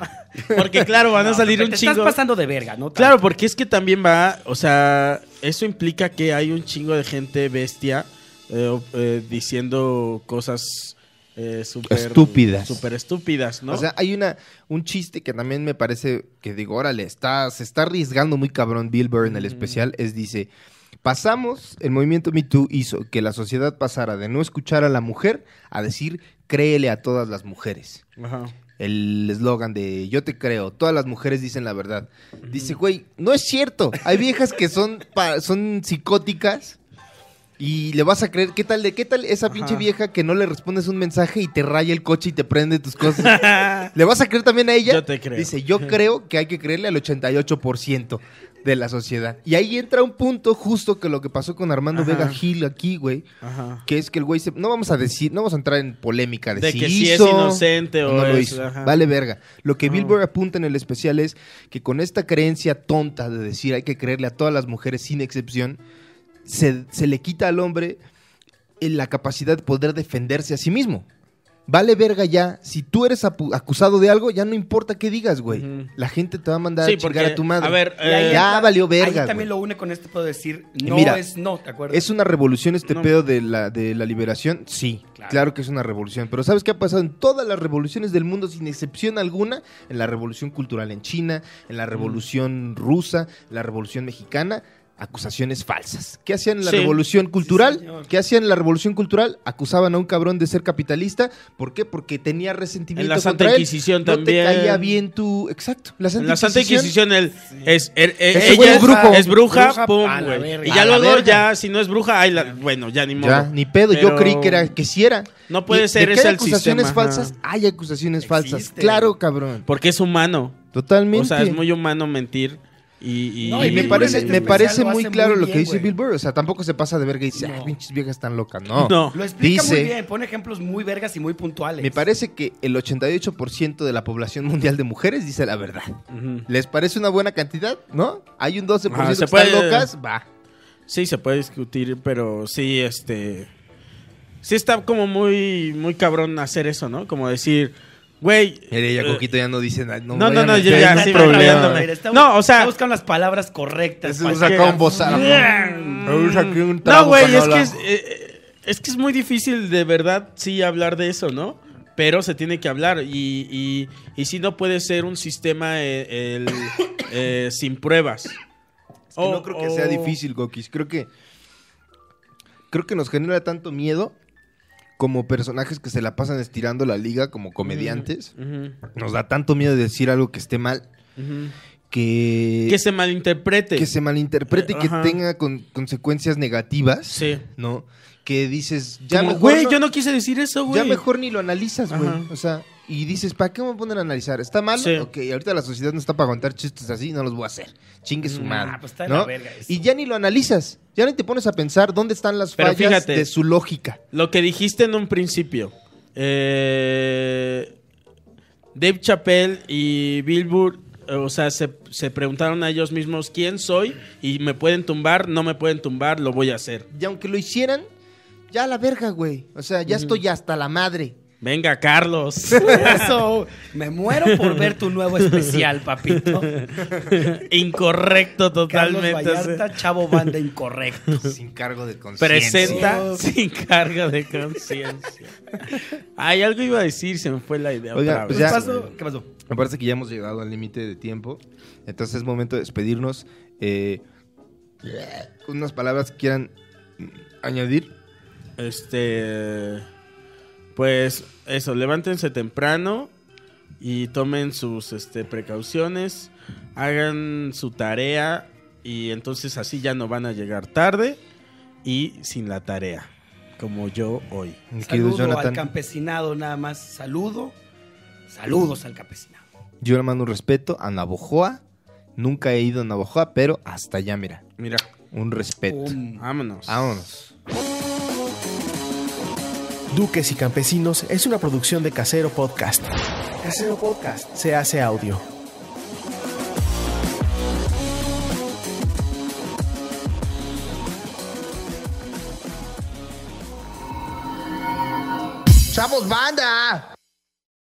porque claro, van a No, salir te un Estás chingo. pasando de verga, ¿no? Claro, porque es que también va, o sea, eso implica que hay un chingo de gente bestia eh, o- eh, diciendo cosas eh, súper Estúpidas. súper estúpidas, ¿no? O sea, hay una, un chiste que también me parece que digo, órale, está, se está arriesgando muy cabrón Bill Burr en el especial. Es dice, pasamos, el movimiento Me Too hizo que la sociedad pasara de no escuchar a la mujer a decir, créele a todas las mujeres. Ajá. El eslogan de yo te creo, todas las mujeres dicen la verdad. Dice, güey, no es cierto. Hay viejas que son, pa- son psicóticas y le vas a creer, ¿qué tal de qué tal esa pinche Ajá. vieja que no le respondes un mensaje y te raya el coche y te prende tus cosas? ¿Le vas a creer también a ella? Yo te creo. Dice, yo creo que hay que creerle al 88% de la sociedad. Y ahí entra un punto justo que lo que pasó con Armando Ajá. Vega Gil aquí, güey, Ajá. que es que el güey se... No vamos a decir, no vamos a entrar en polémica de, De si que si es hizo inocente o no lo es- hizo. ajá. Vale verga. Lo que Ajá. Billboard apunta en el especial es que con esta creencia tonta de decir hay que creerle a todas las mujeres sin excepción, se, se le quita al hombre eh, la capacidad de poder defenderse a sí mismo. Vale verga ya, si tú eres apu- acusado de algo, ya no importa qué digas, güey. Ujú. La gente te va a mandar Sí, a chingar porque, a tu madre. a ver, Y ahí eh, ya entra- valió verga, Ahí también güey. Eh, lo une con este puedo decir, no Mira, es no, ¿te acuerdas? ¿Es una revolución este No. pedo de la, de la liberación? Sí, Claro. claro. que es una revolución. Pero ¿sabes qué ha pasado en todas las revoluciones del mundo, sin excepción alguna? Mm. En la revolución cultural en China, en la revolución rusa, en la revolución mexicana. acusaciones falsas. ¿Qué hacían en la Sí. revolución cultural? señor. ¿Qué hacían en la revolución cultural? Acusaban a un cabrón de ser capitalista. ¿por qué? Porque tenía resentimiento En la Santa contra él. Inquisición no también. te caía bien tu, exacto, la Santa En la Santa Inquisición. Inquisición, el, es, er- er- Ese güey es ella es, brujo. es bruja, Bruja, pum, a la güey. verga. Y A ya la luego, verga. ya, si no es bruja, ay, la- bueno, ya ni modo. Ya, ni pedo, yo Pero- creí que era que sí era. No puede Y- ser, de que es hay el acusaciones sistema, ajá. falsas, hay acusaciones falsas. Existe. Claro, cabrón. Porque es humano. Totalmente. O sea, es muy humano mentir. Y, y- No, Y me Bill parece, Burr en me especial parece lo muy hace claro muy lo que bien, dice güey. Bill Burr. O sea, tampoco se pasa de verga y dice, No. "Ay, pinches viejas tan locas. No. No. Lo explica Dice- muy bien, pone ejemplos muy vergas y muy puntuales. Me parece que el 88% de la población mundial de mujeres dice la verdad. Ujú. ¿Les parece una buena cantidad? ¿No? Hay un 12% Ah, que se están puede- locas. Va. Sí, se puede discutir, pero sí, este. Sí está como muy, muy cabrón hacer eso, ¿no? Como decir, güey. eh, ya no dice nada. no, no, vayan no, a yo meter- ya, Está sí, trabajando, peleándome. mira, está bu- No, o sea- está buscando las palabras correctas. Es para un que- sacón bozal. No, güey, es que es, eh, es que es muy difícil de verdad sí hablar de eso, ¿no? Pero se tiene que hablar y, y, y si no puede ser un sistema eh, el, eh, sin pruebas. que O- no creo que o- sea difícil, Gokis. Creo que. Creo que nos genera tanto miedo como personajes que se la pasan estirando la liga Mm. como comediantes. Ujú, Nos da tanto miedo decir algo que esté mal ujú. que. Que se malinterprete. que se malinterprete y que Ajá. tenga con- consecuencias negativas. Sí. ¿No? Que dices, ya Como, mejor. güey, no- yo no quise decir eso, güey. ya mejor ni lo analizas, güey. Ajá. O sea, y dices, ¿para qué me ponen a analizar? ¿Está mal? Sí. Ok, ahorita la sociedad no está para aguantar chistes así, no los voy a hacer. Chingue su madre. Ah, pues está de ¿no? la verga eso. Y ya ni lo analizas. Ya ni te pones a pensar dónde están las Pero fallas fíjate. de su lógica. Lo que dijiste en un principio. Eh, Dave Chappelle y Bill Burr, eh, o sea, se, se preguntaron a ellos mismos quién soy y me pueden tumbar, no me pueden tumbar, lo voy a hacer. Y aunque lo hicieran, ya a la verga, güey. O sea, ya estoy hasta la madre. Venga, Carlos. Eso, me muero por ver tu nuevo especial, papito. Incorrecto Carlos totalmente. Vallarta, chavo banda incorrecto. Sin cargo de conciencia. Presenta sin carga de conciencia. Ay, algo iba a decir, se me fue la idea. Oiga, otra pues vez. ya- Paso- ¿Qué pasó? Me parece que ya hemos llegado al límite de tiempo. Entonces es momento de despedirnos. Eh, unas palabras que quieran añadir. Este. Pues eso, levántense temprano y tomen sus este, precauciones, hagan su tarea y entonces así ya no van a llegar tarde y sin la tarea, como yo hoy. Mi querido Saludo al Jonathan. campesinado nada más. Saludo. Saludos al campesinado. Yo le mando un respeto a Navojoa. Nunca he ido a Navojoa, pero hasta allá, mira. Mira, Un respeto. Um. vámonos. Vámonos. Duques y Campesinos es una producción de Casero Podcast. Casero Podcast se hace audio. ¡Chavos, banda!